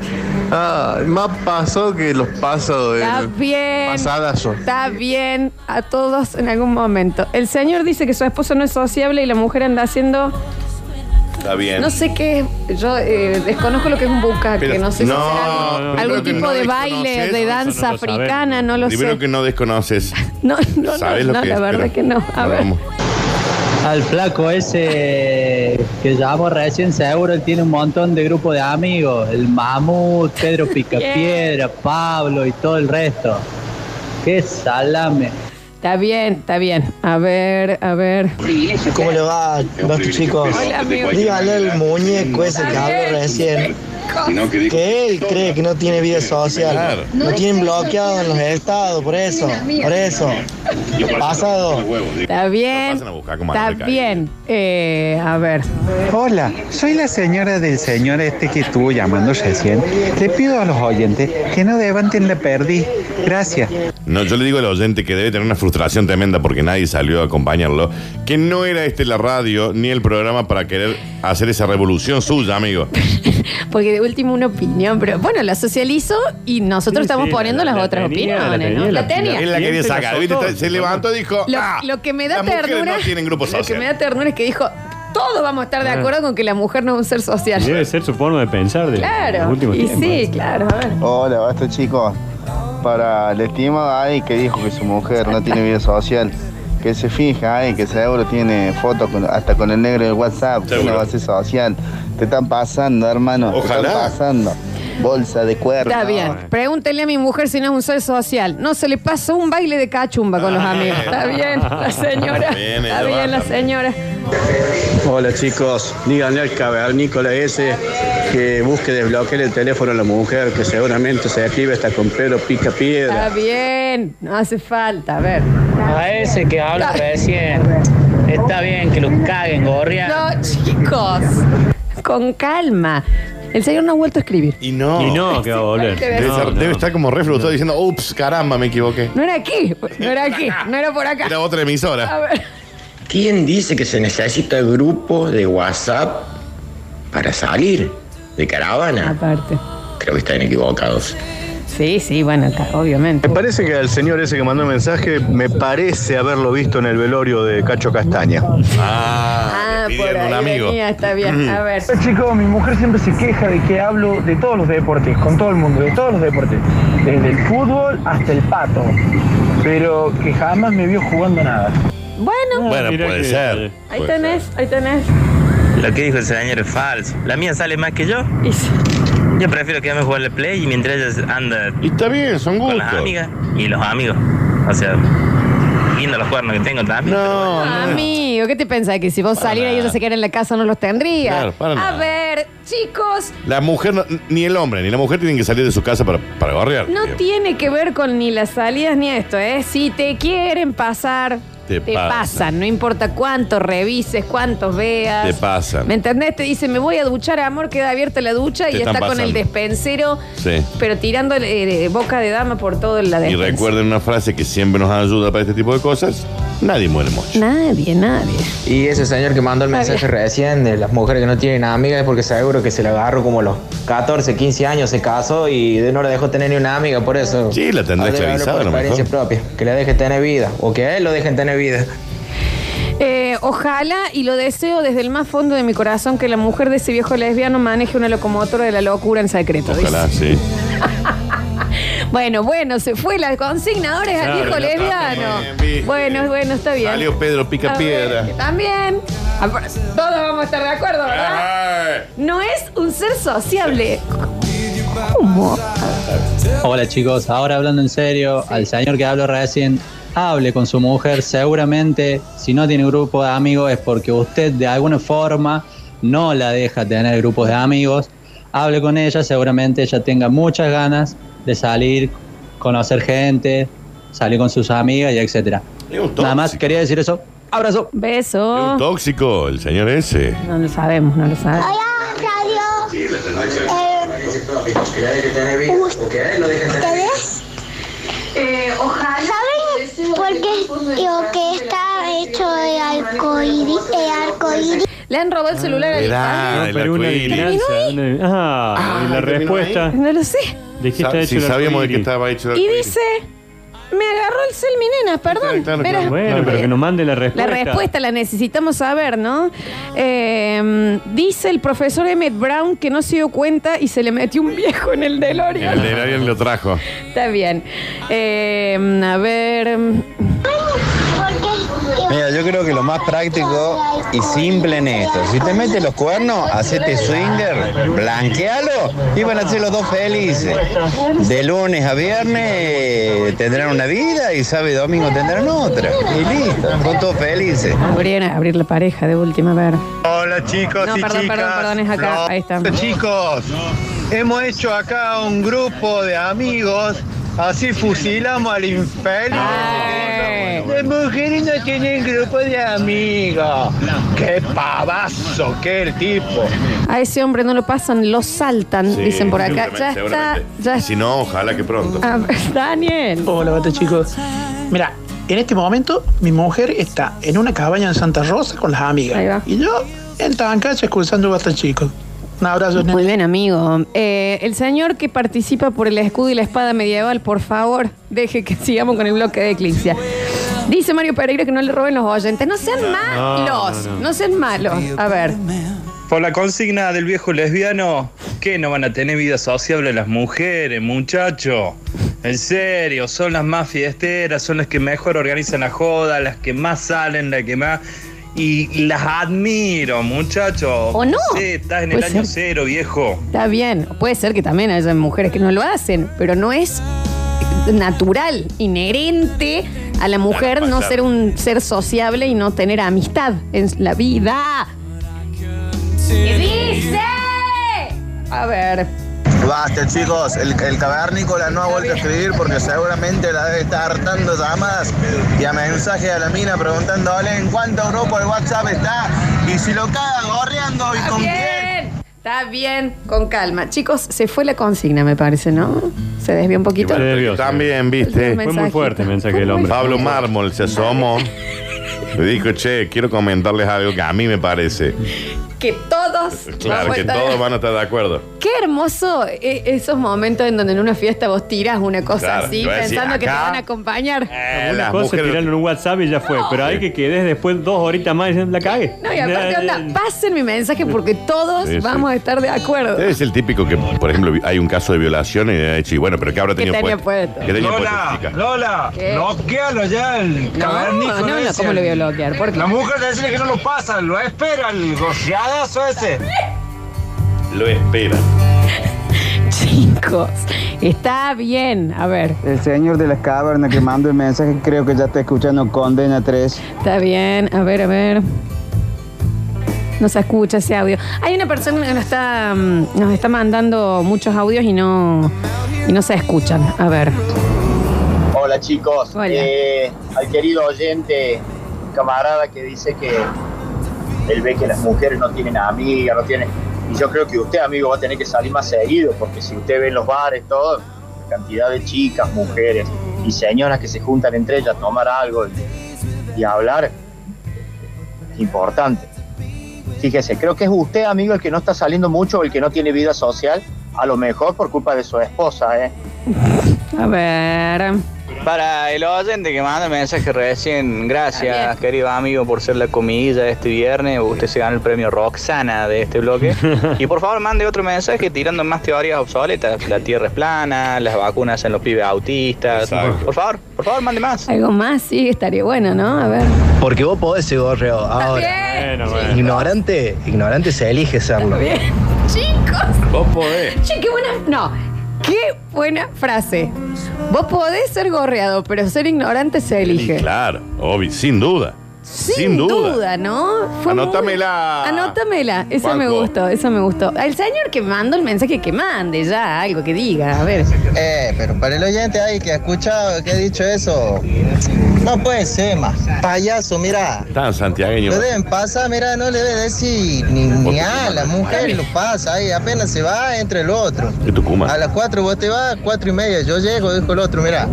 Speaker 22: Ah, más pasó que los pasos
Speaker 1: Está bien.
Speaker 22: pasadazo.
Speaker 1: Está bien a todos en algún momento. El señor dice que su esposo no es sociable y la mujer anda haciendo.
Speaker 3: Está bien.
Speaker 1: No sé qué. es. Yo eh, desconozco lo que es un bucaque.
Speaker 3: Pero-
Speaker 1: No sé si
Speaker 3: No,
Speaker 1: será algo-
Speaker 3: no, no,
Speaker 1: algún
Speaker 3: creo que
Speaker 1: tipo
Speaker 3: no
Speaker 1: de baile,
Speaker 3: desconoces,
Speaker 1: de
Speaker 3: eso
Speaker 1: danza
Speaker 3: no sabemos.
Speaker 1: africana, no lo
Speaker 3: Primero
Speaker 1: sé.
Speaker 3: que no desconoces.
Speaker 1: No, no, no,
Speaker 3: ¿Sabes lo
Speaker 1: no,
Speaker 3: que
Speaker 1: la
Speaker 3: es?
Speaker 1: verdad
Speaker 3: Pero-
Speaker 1: que no. A ver.
Speaker 3: Vamos.
Speaker 25: Al flaco ese que llamó recién seguro, él tiene un montón de grupo de amigos, el mamut, Pedro Picapiedra, Pablo y todo el resto. Qué salame.
Speaker 1: Está bien, está bien. A ver, a ver.
Speaker 26: ¿Cómo le va, basta chicos?
Speaker 1: Hola, amigo.
Speaker 26: Dígale al muñeco ese que habló recién que él cree que no tiene vida social. Lo tienen bloqueado en los estados, por eso, por eso. Pasado.
Speaker 1: Está bien. Está bien. Eh, a ver.
Speaker 27: Hola, soy la señora del señor este que estuvo llamando recién. Le pido a los oyentes que no levanten la perdiz. Gracias.
Speaker 3: No, yo le digo al oyente que debe tener una frustración tremenda porque nadie salió a acompañarlo, que no era este la radio ni el programa para querer hacer esa revolución suya, amigo.
Speaker 1: Porque de último una opinión, pero bueno, la socializo y nosotros estamos
Speaker 3: sí,
Speaker 1: poniendo
Speaker 3: la-
Speaker 1: las
Speaker 3: la
Speaker 1: otras
Speaker 3: tenía, la
Speaker 1: opiniones,
Speaker 3: tenía,
Speaker 1: ¿no?
Speaker 3: la-
Speaker 1: La tenía.
Speaker 3: Él la quería sacar, ¿viste? Se levantó y dijo,
Speaker 1: Lo,
Speaker 3: "Ah,
Speaker 1: lo que me da
Speaker 3: las mujeres
Speaker 1: ternura.
Speaker 3: no tienen grupo
Speaker 1: lo que
Speaker 3: social".
Speaker 1: me da ternura es que dijo: todos vamos a estar de
Speaker 4: Ah.
Speaker 1: acuerdo con que la mujer no es un ser social.
Speaker 4: Debe ser su forma de pensar de
Speaker 1: Claro.
Speaker 4: los últimos
Speaker 1: Y
Speaker 4: tiempos. ¿eh?
Speaker 1: sí, claro. A ver.
Speaker 26: Hola, este basta chicos. Para el estimado ahí que dijo que su mujer no tiene vida social, que se fija ahí, que seguro tiene fotos con- hasta con el negro del WhatsApp,
Speaker 3: Seguro.
Speaker 26: una base social. Te están pasando, hermano. Te
Speaker 3: Ojalá.
Speaker 26: están pasando. Bolsa de cuerno.
Speaker 1: Está
Speaker 3: eh.
Speaker 1: bien. Pregúntele a mi mujer si no es un ser social. No, se le pasó un baile de cachumba con los
Speaker 3: Ah.
Speaker 1: amigos. Está bien, la señora.
Speaker 13: Está bien,
Speaker 1: Está
Speaker 13: ella
Speaker 1: bien,
Speaker 13: va,
Speaker 1: la señora.
Speaker 13: Hola chicos, díganle al cavernícola ese que busque desbloquear el teléfono a la mujer, que seguramente se active hasta con pelo pica
Speaker 1: Está
Speaker 13: piedra.
Speaker 1: bien. No hace falta. A ver.
Speaker 14: A ese que habla recién. Está bien que lo caguen, gorria.
Speaker 1: No, chicos. Con calma. El señor no ha vuelto a escribir.
Speaker 3: Y no.
Speaker 4: Y no, que va a volver.
Speaker 3: Debe,
Speaker 4: No,
Speaker 3: ser-
Speaker 4: no.
Speaker 3: debe estar como reflutado diciendo, ups, caramba, me equivoqué.
Speaker 1: No era aquí. No era aquí. No era por acá.
Speaker 3: Era otra emisora.
Speaker 1: A ver.
Speaker 15: ¿Quién dice que se necesita grupo de WhatsApp para salir de caravana?
Speaker 1: Aparte.
Speaker 15: Creo que están equivocados.
Speaker 1: Sí, sí, bueno, está, obviamente.
Speaker 16: Me parece que el señor ese que mandó el mensaje me parece haberlo visto en el velorio de Cacho Castaña.
Speaker 1: Ah, por ahí venía, está bien. A ver.
Speaker 15: Chicos, mi mujer siempre se queja de que hablo de todos los deportes, con todo el mundo, de todos los deportes. Desde el fútbol hasta el pato. Pero que jamás me vio jugando nada.
Speaker 1: Bueno.
Speaker 3: Bueno, puede ser.
Speaker 1: Ahí tenés, ahí tenés.
Speaker 8: Lo que dijo el señor es falso. La mía sale más que yo. Yo prefiero quedarme a jugarle play y mientras ella anda.
Speaker 3: Y está bien, son
Speaker 8: Con las
Speaker 3: gustos.
Speaker 8: amigas y los amigos. O sea, lindo los cuernos que tengo también.
Speaker 3: No,
Speaker 1: Ah, Amigo, ¿qué te pensás? Que si vos
Speaker 3: Para
Speaker 1: salieras y
Speaker 3: nada.
Speaker 1: ellos se quedaran en la casa no los tendría.
Speaker 3: Claro, para
Speaker 1: a
Speaker 3: nada.
Speaker 1: ver, chicos,
Speaker 3: La mujer, no- ni el hombre, ni la mujer tienen que salir de su casa para, para gorrear.
Speaker 1: no
Speaker 3: Digo,
Speaker 1: tiene que ver con ni las salidas ni esto, ¿eh? Si te quieren pasar, te,
Speaker 3: Te
Speaker 1: pasan.
Speaker 3: pasan.
Speaker 1: No importa cuánto revises, cuántos veas.
Speaker 3: Te pasan.
Speaker 1: ¿Me entendés? Te dice, me voy a duchar, amor, queda abierta la ducha
Speaker 3: Te
Speaker 1: y está
Speaker 3: están
Speaker 1: con el
Speaker 3: pasando.
Speaker 1: despensero,
Speaker 3: Sí.
Speaker 1: pero tirando eh, boca de dama por todo la
Speaker 3: Y
Speaker 1: despensa.
Speaker 3: recuerden una frase que siempre nos ayuda para este tipo de cosas. Nadie muere mucho.
Speaker 1: Nadie, nadie.
Speaker 15: Y ese señor que mandó el
Speaker 1: Está
Speaker 15: mensaje recién de las mujeres que no tienen amigas es porque seguro que se la agarró como a los 14, 15 años, se casó y no la dejó tener ni una amiga, por eso.
Speaker 3: Sí, la tendrá
Speaker 15: Ahora debe hablar
Speaker 3: esclavizada,
Speaker 15: por
Speaker 3: a lo mejor.
Speaker 15: experiencia propia, que la deje tener vida, o que a él lo dejen tener vida.
Speaker 1: Eh, ojalá y lo deseo desde el más fondo de mi corazón que la mujer de ese viejo lesbiano maneje una locomotora de la locura en secreto.
Speaker 3: Ojalá,
Speaker 1: dice.
Speaker 3: sí.
Speaker 1: Bueno, bueno, se fue la consigna, ahora es al
Speaker 3: Claro,
Speaker 1: viejo
Speaker 3: ya está
Speaker 1: lesbiano.
Speaker 3: bien, viste.
Speaker 1: bueno, bueno, está bien.
Speaker 3: Salió Pedro
Speaker 1: A
Speaker 3: Pica
Speaker 1: ver,
Speaker 3: Piedra.
Speaker 1: También. Ah, pero Todos vamos a estar de acuerdo, ¿verdad? No es un ser sociable. ¿Cómo?
Speaker 25: Hola chicos, ahora hablando en serio, al señor que habló recién, hable con su mujer, seguramente si no tiene grupo de amigos es porque usted de alguna forma no la deja tener grupos de amigos, hable con ella, seguramente ella tenga muchas ganas de salir, conocer gente, salir con sus amigas y etcétera. Nada más quería decir eso. Abrazo.
Speaker 1: Beso.
Speaker 3: Tóxico, el señor ese.
Speaker 1: No lo sabemos, no lo sabemos.
Speaker 17: ¿Ustedes? ¿Saben por qué lo que está hecho de arcoíris? El arcoíris.
Speaker 1: Le han robado el celular al
Speaker 3: Verá,
Speaker 1: Icán.
Speaker 3: el
Speaker 4: Pero una
Speaker 3: arcoíris.
Speaker 4: adivinanza. una- Ah, y la respuesta.
Speaker 1: No lo sé.
Speaker 4: ¿De qué está
Speaker 3: Sa-
Speaker 4: hecho
Speaker 3: si
Speaker 4: el
Speaker 3: sabíamos de
Speaker 4: arcoíris?
Speaker 3: qué estaba hecho el
Speaker 1: Y
Speaker 3: arcoíris.
Speaker 1: dice, me agarró el cel, mi nena, perdón. Verás.
Speaker 4: Bueno, pero que nos mande la
Speaker 1: La
Speaker 4: respuesta.
Speaker 1: respuesta la necesitamos saber, ¿no? Eh, dice el profesor Emmett Brown que no se dio cuenta y se le metió un viejo en el DeLorean.
Speaker 3: El de alguien lo trajo.
Speaker 1: Está bien. Eh, a ver.
Speaker 17: Mira,
Speaker 26: yo creo que lo más práctico y simple en esto, si te metes los cuernos, hacete swinger, blanquealo y van a ser los dos felices. De lunes a viernes tendrán una vida y sábado y domingo tendrán otra. Y listo, son todos felices.
Speaker 1: Podrían abrir la pareja de última, a ver.
Speaker 17: Hola chicos
Speaker 1: No,
Speaker 17: y
Speaker 1: perdón,
Speaker 17: chicas.
Speaker 1: perdón, perdón, es acá. Ahí está.
Speaker 17: Hola, Chicos, hemos hecho acá un grupo de amigos, así fusilamos al infeliz. Las mujeres no tienen grupo de amigos. Qué pavazo que el tipo.
Speaker 1: A ese hombre no lo pasan, lo saltan,
Speaker 3: Sí,
Speaker 1: dicen por acá. Ya está,
Speaker 3: seguramente,
Speaker 1: ya Ah,
Speaker 3: seguramente. Si no, ojalá que pronto.
Speaker 1: A ver, Daniel.
Speaker 18: Hola, bata chicos. Mira, en este momento mi mujer está en una cabaña en Santa Rosa con las amigas. Y yo en Tabancacha escuchando bata chicos. Un abrazo. nene.
Speaker 1: Muy bien, amigo. Eh, el señor que participa por el escudo y la espada medieval, por favor, deje que sigamos con el bloque de Eclipsia. Dice Mario Pereira que no le roben los oyentes. No sean malos, no,
Speaker 17: no, no.
Speaker 1: sean malos. A ver.
Speaker 24: Por la consigna del viejo lesbiano, que no van a tener vida sociable las mujeres, muchacho. En serio, son las más fiesteras, son las que mejor organizan la joda, las que más salen, las que más. Y las admiro, muchachos.
Speaker 1: ¿O no?
Speaker 24: Sí, estás en el
Speaker 1: Puede
Speaker 24: año
Speaker 1: ser.
Speaker 24: cero, viejo.
Speaker 1: Está bien, puede ser que también haya mujeres que no lo hacen, pero no es natural, inherente a la mujer
Speaker 3: Claro,
Speaker 1: no
Speaker 3: claro.
Speaker 1: ser un ser sociable y no tener amistad en la vida. ¿Qué dice? A ver.
Speaker 10: Basta, chicos, el, el cavernícola no ha vuelto a escribir porque seguramente la debe estar hartando llamadas y a mensaje a la mina preguntándole en cuánto grupo el WhatsApp está y si lo caga gorreando y
Speaker 1: Está
Speaker 10: con
Speaker 1: bien, está bien, con calma. Chicos, se fue la consigna, me parece, ¿no? Se desvió un poquito.
Speaker 3: También,
Speaker 1: Fue
Speaker 3: viste.
Speaker 1: muy mensajito. fuerte
Speaker 4: el mensaje del hombre.
Speaker 3: Pablo Mármol se asomó. Le dijo, che, quiero comentarles algo que a mí me parece.
Speaker 1: Que todos.
Speaker 3: Claro,
Speaker 1: vamos a
Speaker 3: que
Speaker 1: estar-
Speaker 3: todos van a estar de acuerdo.
Speaker 1: Qué hermoso eh, esos momentos en donde en una fiesta vos tiras una cosa
Speaker 3: Claro,
Speaker 1: así,
Speaker 3: yo decía,
Speaker 1: pensando que te
Speaker 3: acá- Eh,
Speaker 1: van a acompañar.
Speaker 4: Una
Speaker 3: las
Speaker 4: cosa
Speaker 3: mujeres-
Speaker 4: tiraron un WhatsApp y ya fue, pero hay que quedes después dos horitas más y la cague.
Speaker 1: No, y aparte, onda, pasen mi mensaje porque todos
Speaker 3: Sí, sí.
Speaker 1: vamos a estar de acuerdo.
Speaker 3: Es el típico que, por ejemplo, hay un caso de violación y ha dicho, bueno, pero ¿qué habrá
Speaker 1: ¿Qué
Speaker 3: tenido
Speaker 1: tenía
Speaker 3: puesto?
Speaker 1: puesto?
Speaker 3: ¿Qué tenía puesto esta
Speaker 28: Lola,
Speaker 3: chica?
Speaker 28: Lola,
Speaker 1: ¿Qué?
Speaker 28: bloquealo ya el
Speaker 1: No,
Speaker 28: cavernícola.
Speaker 1: no, no,
Speaker 28: ese,
Speaker 1: ¿cómo
Speaker 28: el-
Speaker 1: lo voy a bloquear? ¿Por qué?
Speaker 28: La mujer decirle que no lo pasa, lo espera, el goceadazo ese.
Speaker 3: Lo espera.
Speaker 1: Chicos, está bien. A ver,
Speaker 2: El señor de las cavernas que mandó el mensaje creo que ya está escuchando Condena 3.
Speaker 1: está bien. A ver, a ver. No se escucha ese audio. Hay una persona que nos está, mm, nos está mandando muchos audios y no, y no se escuchan. A ver.
Speaker 20: Hola chicos, Eh, al querido oyente, camarada que dice que él ve que las mujeres no tienen amigas, no tienen... Y yo creo que usted, amigo, va a tener que salir más seguido, porque si usted ve en los bares, todo, la cantidad de chicas, mujeres y señoras que se juntan entre ellas a tomar algo y, y a hablar, es importante. Fíjese, creo que es usted, amigo, el que no está saliendo mucho, el que no tiene vida social, a lo mejor por culpa de su esposa, ¿eh?
Speaker 1: A ver.
Speaker 5: Para el oyente que manda mensaje recién, gracias querido amigo por ser la comidilla de este viernes. Usted se gana el premio Roxana de este bloque. y por favor mande otro mensaje tirando más teorías obsoletas. La tierra es plana, las vacunas en los pibes autistas. Por favor, por favor mande más.
Speaker 1: Algo más, sí, estaría bueno, ¿no? A ver.
Speaker 29: Porque vos podés ser gorreo. Ahora. Ignorante, ignorante se elige serlo.
Speaker 1: Chicos.
Speaker 29: Vos podés.
Speaker 1: Che, qué buena. No. Qué buena frase. Vos podés ser gorreado, pero ser ignorante se elige.
Speaker 3: Y claro, obvio, sin duda. Sin, duda.
Speaker 1: ¿no?
Speaker 3: Anótamela.
Speaker 1: muy- Anótamela. Esa me
Speaker 3: Banco.
Speaker 1: gustó, esa me gustó. El señor que mandó el mensaje que mande ya, algo que diga, a ver.
Speaker 2: Eh, pero para el oyente ahí que ha escuchado, que ha dicho eso, no puede ser más. Payaso, mira.
Speaker 3: Tan santiagueño.
Speaker 2: Lo deben pasar, mira, no le debe decir ni, ni a la mujer, lo pasa ahí, apenas se va, entre el otro.
Speaker 3: De Tucumán.
Speaker 2: A las 4 vos te vas, 4 y media yo llego, dijo el otro, mira.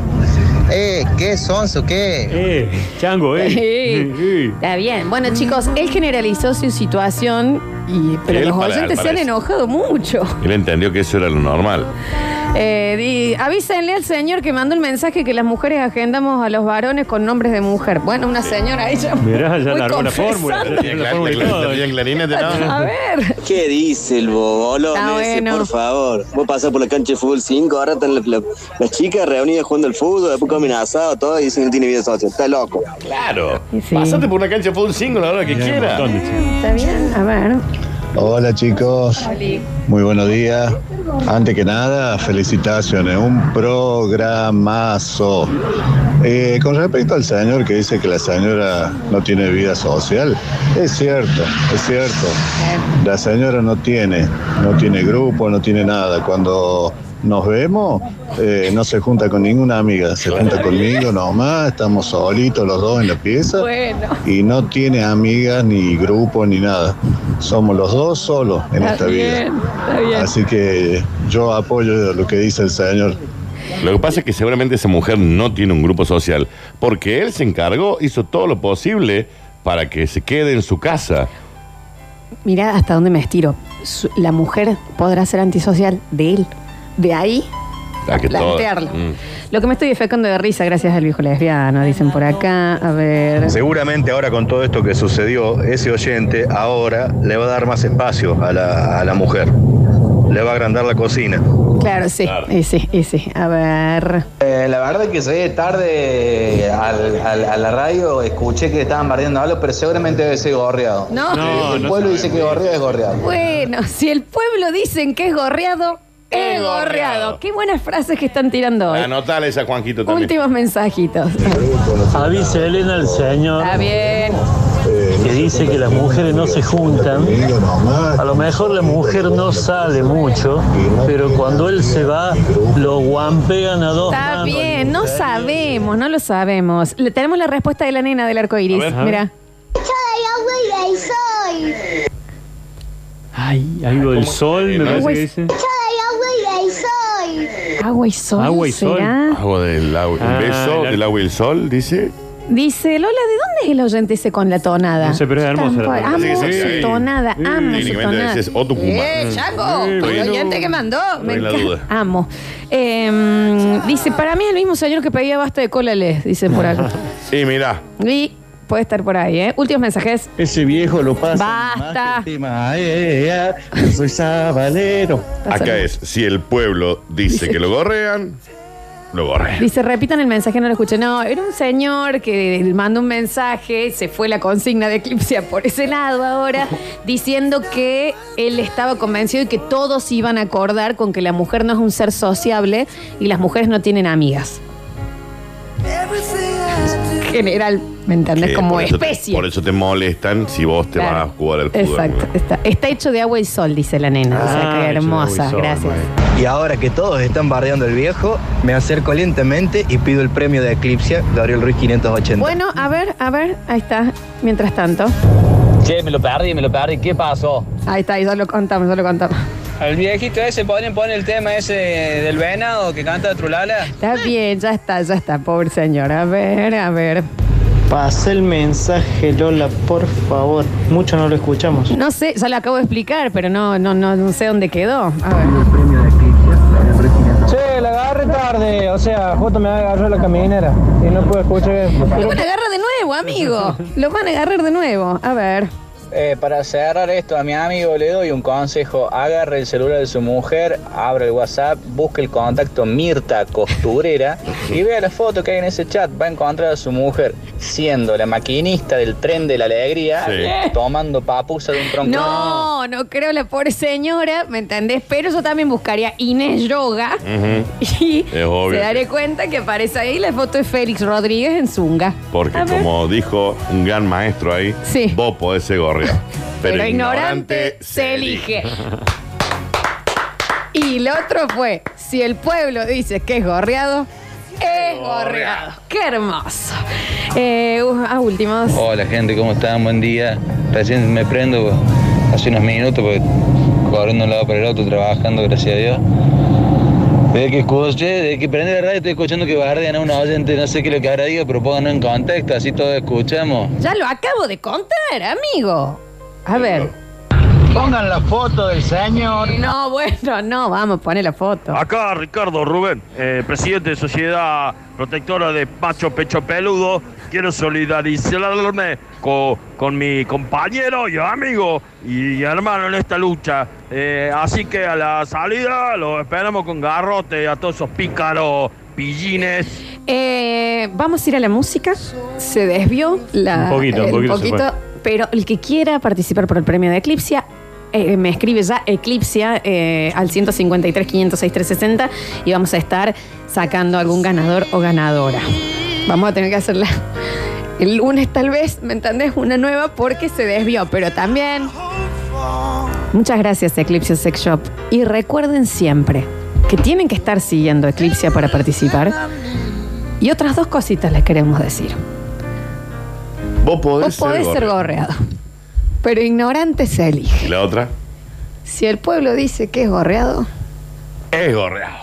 Speaker 2: Eh, qué sonso, qué.
Speaker 4: Eh, chango, eh.
Speaker 1: Sí. Está bien. Bueno, chicos, él generalizó su situación, y, pero
Speaker 3: Él
Speaker 1: los
Speaker 3: para-
Speaker 1: oyentes se han
Speaker 3: parece.
Speaker 1: enojado mucho.
Speaker 3: Él entendió que eso era lo normal.
Speaker 1: Eh, di- avísenle al señor que mandó el mensaje que las mujeres agendamos a los varones con nombres de mujer. Bueno, una señora ahí ya.
Speaker 4: Mirá, ya
Speaker 1: muy
Speaker 4: largó la
Speaker 1: confesante.
Speaker 4: fórmula. ya largó la fórmula y todo.
Speaker 1: A ver.
Speaker 30: ¿Qué dice el bobolón
Speaker 1: Está
Speaker 30: ese,
Speaker 1: bueno.
Speaker 30: por favor? Vos pasás por la cancha de fútbol 5, ahora están la- la- las chicas reunidas jugando al fútbol, después comen asado, todo, y dicen que no tiene vida social. Está loco.
Speaker 3: Claro. Pasate por una cancha de fútbol single ahora que quiera.
Speaker 1: Está bien, a ver.
Speaker 31: Hola chicos, muy buenos días. Antes que nada, felicitaciones, un programazo. Eh, con respecto al señor que dice que la señora no tiene vida social, es cierto, es cierto. La señora no tiene, no tiene grupo, no tiene nada. Cuando nos vemos, eh, no se junta con ninguna amiga, se junta conmigo nomás, estamos solitos los dos en la pieza
Speaker 1: Bueno.
Speaker 31: y no tiene amigas ni grupo ni nada. Somos los dos solos en
Speaker 1: Está
Speaker 31: esta
Speaker 1: bien, está bien.
Speaker 31: vida. Así que yo apoyo lo que dice el señor.
Speaker 3: Lo que pasa es que seguramente esa mujer no tiene un grupo social, porque él se encargó, hizo todo lo posible para que se quede en su casa.
Speaker 1: Mirá hasta dónde me estiro. Su- la mujer podrá ser antisocial de él. De ahí,
Speaker 3: A Ah, que todo-
Speaker 1: plantearlo.
Speaker 3: Mm.
Speaker 1: Lo que me estoy defecando de risa gracias al viejo lesbiano, dicen por acá. A ver.
Speaker 32: Seguramente ahora con todo esto que sucedió, ese oyente ahora le va a dar más espacio a la, a la mujer.
Speaker 33: le va a agrandar la cocina.
Speaker 1: Claro, sí, ese, ese. A ver.
Speaker 34: Eh, la verdad que llegué tarde al- al- a la radio, escuché que estaban bardeando algo, pero seguramente debe ser gorreado.
Speaker 1: No. No,
Speaker 34: el
Speaker 1: no
Speaker 34: pueblo dice que gorreado es gorreado.
Speaker 1: Bueno, si el pueblo dicen que es gorreado, es gorreado. Qué buenas frases que están tirando hoy.
Speaker 3: Anotale esa Juanquito Ah, también.
Speaker 1: Últimos mensajitos.
Speaker 9: Avísele al señor
Speaker 1: Está bien.
Speaker 9: que dice que las mujeres no se juntan. A lo mejor la mujer no sale mucho, pero cuando él se va, lo guampean a dos
Speaker 1: Está
Speaker 9: manos.
Speaker 1: bien, no sabemos, no lo sabemos. Le tenemos la respuesta de la nena del arco iris.
Speaker 9: A ver.
Speaker 1: Mira.
Speaker 17: agua y el sol.
Speaker 4: Ay, algo del sol, me parece que dice.
Speaker 17: agua y el sol.
Speaker 1: Agua y sol.
Speaker 3: Agua y sol.
Speaker 1: ¿será?
Speaker 3: Agua del agua.
Speaker 4: Ah,
Speaker 3: el beso
Speaker 4: la-
Speaker 3: del agua y el sol, dice.
Speaker 1: Dice Lola, ¿de dónde es el oyente ese con la tonada?
Speaker 3: No sé, pero es hermosa
Speaker 1: Tampoco-
Speaker 3: la tonada.
Speaker 1: Amo
Speaker 3: Sí, sí.
Speaker 1: su tonada,
Speaker 3: Sí.
Speaker 1: amo su
Speaker 3: Técnicamente
Speaker 1: tonada.
Speaker 3: ese es o Tucumán.
Speaker 1: ¡Eh,
Speaker 3: Mm.
Speaker 1: Chaco!
Speaker 3: Sí,
Speaker 1: el
Speaker 3: bueno.
Speaker 1: oyente que mandó.
Speaker 3: No
Speaker 1: Me
Speaker 3: hay la
Speaker 1: encanta.
Speaker 3: duda.
Speaker 1: Amo. Eh, dice, para mí es el mismo señor que pedía basta de cola, les dice por acá.
Speaker 3: Y mirá.
Speaker 1: Y puede estar por ahí, ¿eh? Últimos mensajes.
Speaker 35: Ese viejo lo pasa.
Speaker 1: Basta.
Speaker 35: Tema, eh, eh, eh, yo soy sabalero.
Speaker 3: Acá es, si el pueblo dice que lo gorrean, lo gorrean.
Speaker 1: Dice, repitan el mensaje, no lo escuché. No, era un señor que mandó un mensaje, se fue la consigna de Eclipse por ese lado ahora, diciendo que él estaba convencido y que todos se iban a acordar con que la mujer no es un ser sociable y las mujeres no tienen amigas. General, ¿me entendés?
Speaker 3: Que
Speaker 1: Como
Speaker 3: por eso te-
Speaker 1: especie.
Speaker 3: por eso te molestan si vos te
Speaker 1: Claro.
Speaker 3: vas a jugar al fútbol.
Speaker 1: Exacto. Está, está hecho de agua y sol, dice la nena.
Speaker 3: Ah,
Speaker 1: o sea, que hermosa. Gracias.
Speaker 10: Y ahora que todos están bardeando el viejo, me acerco lentamente y pido el premio de Eclipse, Gabriel Ruiz 580.
Speaker 1: Bueno, a ver, a ver, ahí está. Mientras tanto.
Speaker 5: Che, me lo perdí, me lo perdí. ¿Qué pasó?
Speaker 1: Ahí está, ahí ya lo contamos, ya lo contamos.
Speaker 5: Al viejito ese ponen, ponen el tema ese del venado que canta Trulala.
Speaker 1: Está bien, ya está, ya está, pobre señor. A ver, a ver.
Speaker 9: Pasa el mensaje, Lola, por favor. Mucho no lo escuchamos.
Speaker 1: No sé, ya lo acabo de explicar, pero no, no, no, no sé dónde quedó. A ver.
Speaker 27: Che, la agarré tarde, o sea, justo me agarró la caminera y no pude escuchar.
Speaker 1: Lo van a agarrar de nuevo, amigo. Lo van a agarrar de nuevo. A ver.
Speaker 5: Eh, para cerrar esto, a mi amigo le doy un consejo. Agarre el celular de su mujer, abra el WhatsApp, busque el contacto Mirta Costurera y vea la foto que hay en ese chat. Va a encontrar a su mujer siendo la maquinista del tren de la alegría,
Speaker 1: Sí.
Speaker 5: tomando papusa de un tronco.
Speaker 1: No, no creo la pobre señora, ¿me entendés? Pero yo también buscaría Inés Yoga y
Speaker 3: Es obvio.
Speaker 1: se daré cuenta que aparece ahí la foto de Félix Rodríguez en Zunga.
Speaker 3: Porque
Speaker 1: A ver.
Speaker 3: como dijo un gran maestro ahí, vos podés ser gorreado.
Speaker 1: Pero, ignorante se elige. Y lo otro fue, si el pueblo dice que es gorreado, es gorreado. Qué hermoso. Eh, uh, a últimos.
Speaker 22: Hola gente, ¿cómo están? Buen día. Recién me prendo hace unos minutos porque corriendo de un lado para el otro, trabajando, gracias a Dios. Desde que escuché, desde que prende la radio estoy escuchando que bardean a un oyente, no sé qué es lo que habrá dicho, pero pónganlo en contexto, así todos escuchamos.
Speaker 1: Ya lo acabo de contar, amigo. A ver.
Speaker 27: Pongan la foto del señor.
Speaker 1: No, bueno, no, vamos, pone la foto.
Speaker 36: Acá Ricardo Rubén, eh, presidente de Sociedad Protectora de Pacho Pecho Peludo. Quiero solidarizarme co- con, mi compañero y amigo y hermano en esta lucha. Eh, así que a la salida lo esperamos con garrote a todos esos pícaros pillines.
Speaker 1: Eh, vamos a ir a la música. Se desvió la.
Speaker 36: Un poquito, un
Speaker 1: el
Speaker 36: poquito se fue.
Speaker 1: pero el que quiera participar por el premio de Eclipsia. eh, me escribe ya Eclipsia eh, al 153 506 360 y vamos a estar sacando algún ganador o ganadora. Vamos a tener que hacerla el lunes tal vez, ¿me entendés? Una nueva porque se desvió, pero también... Muchas gracias Eclipsia Sex Shop y recuerden siempre que tienen que estar siguiendo Eclipsia para participar. Y otras dos cositas les queremos decir.
Speaker 3: Vos podés,
Speaker 1: Vos podés ser gorreado, pero ignorante se elige.
Speaker 3: ¿Y la otra?
Speaker 1: Si el pueblo dice que es gorreado,
Speaker 3: Es gorreado.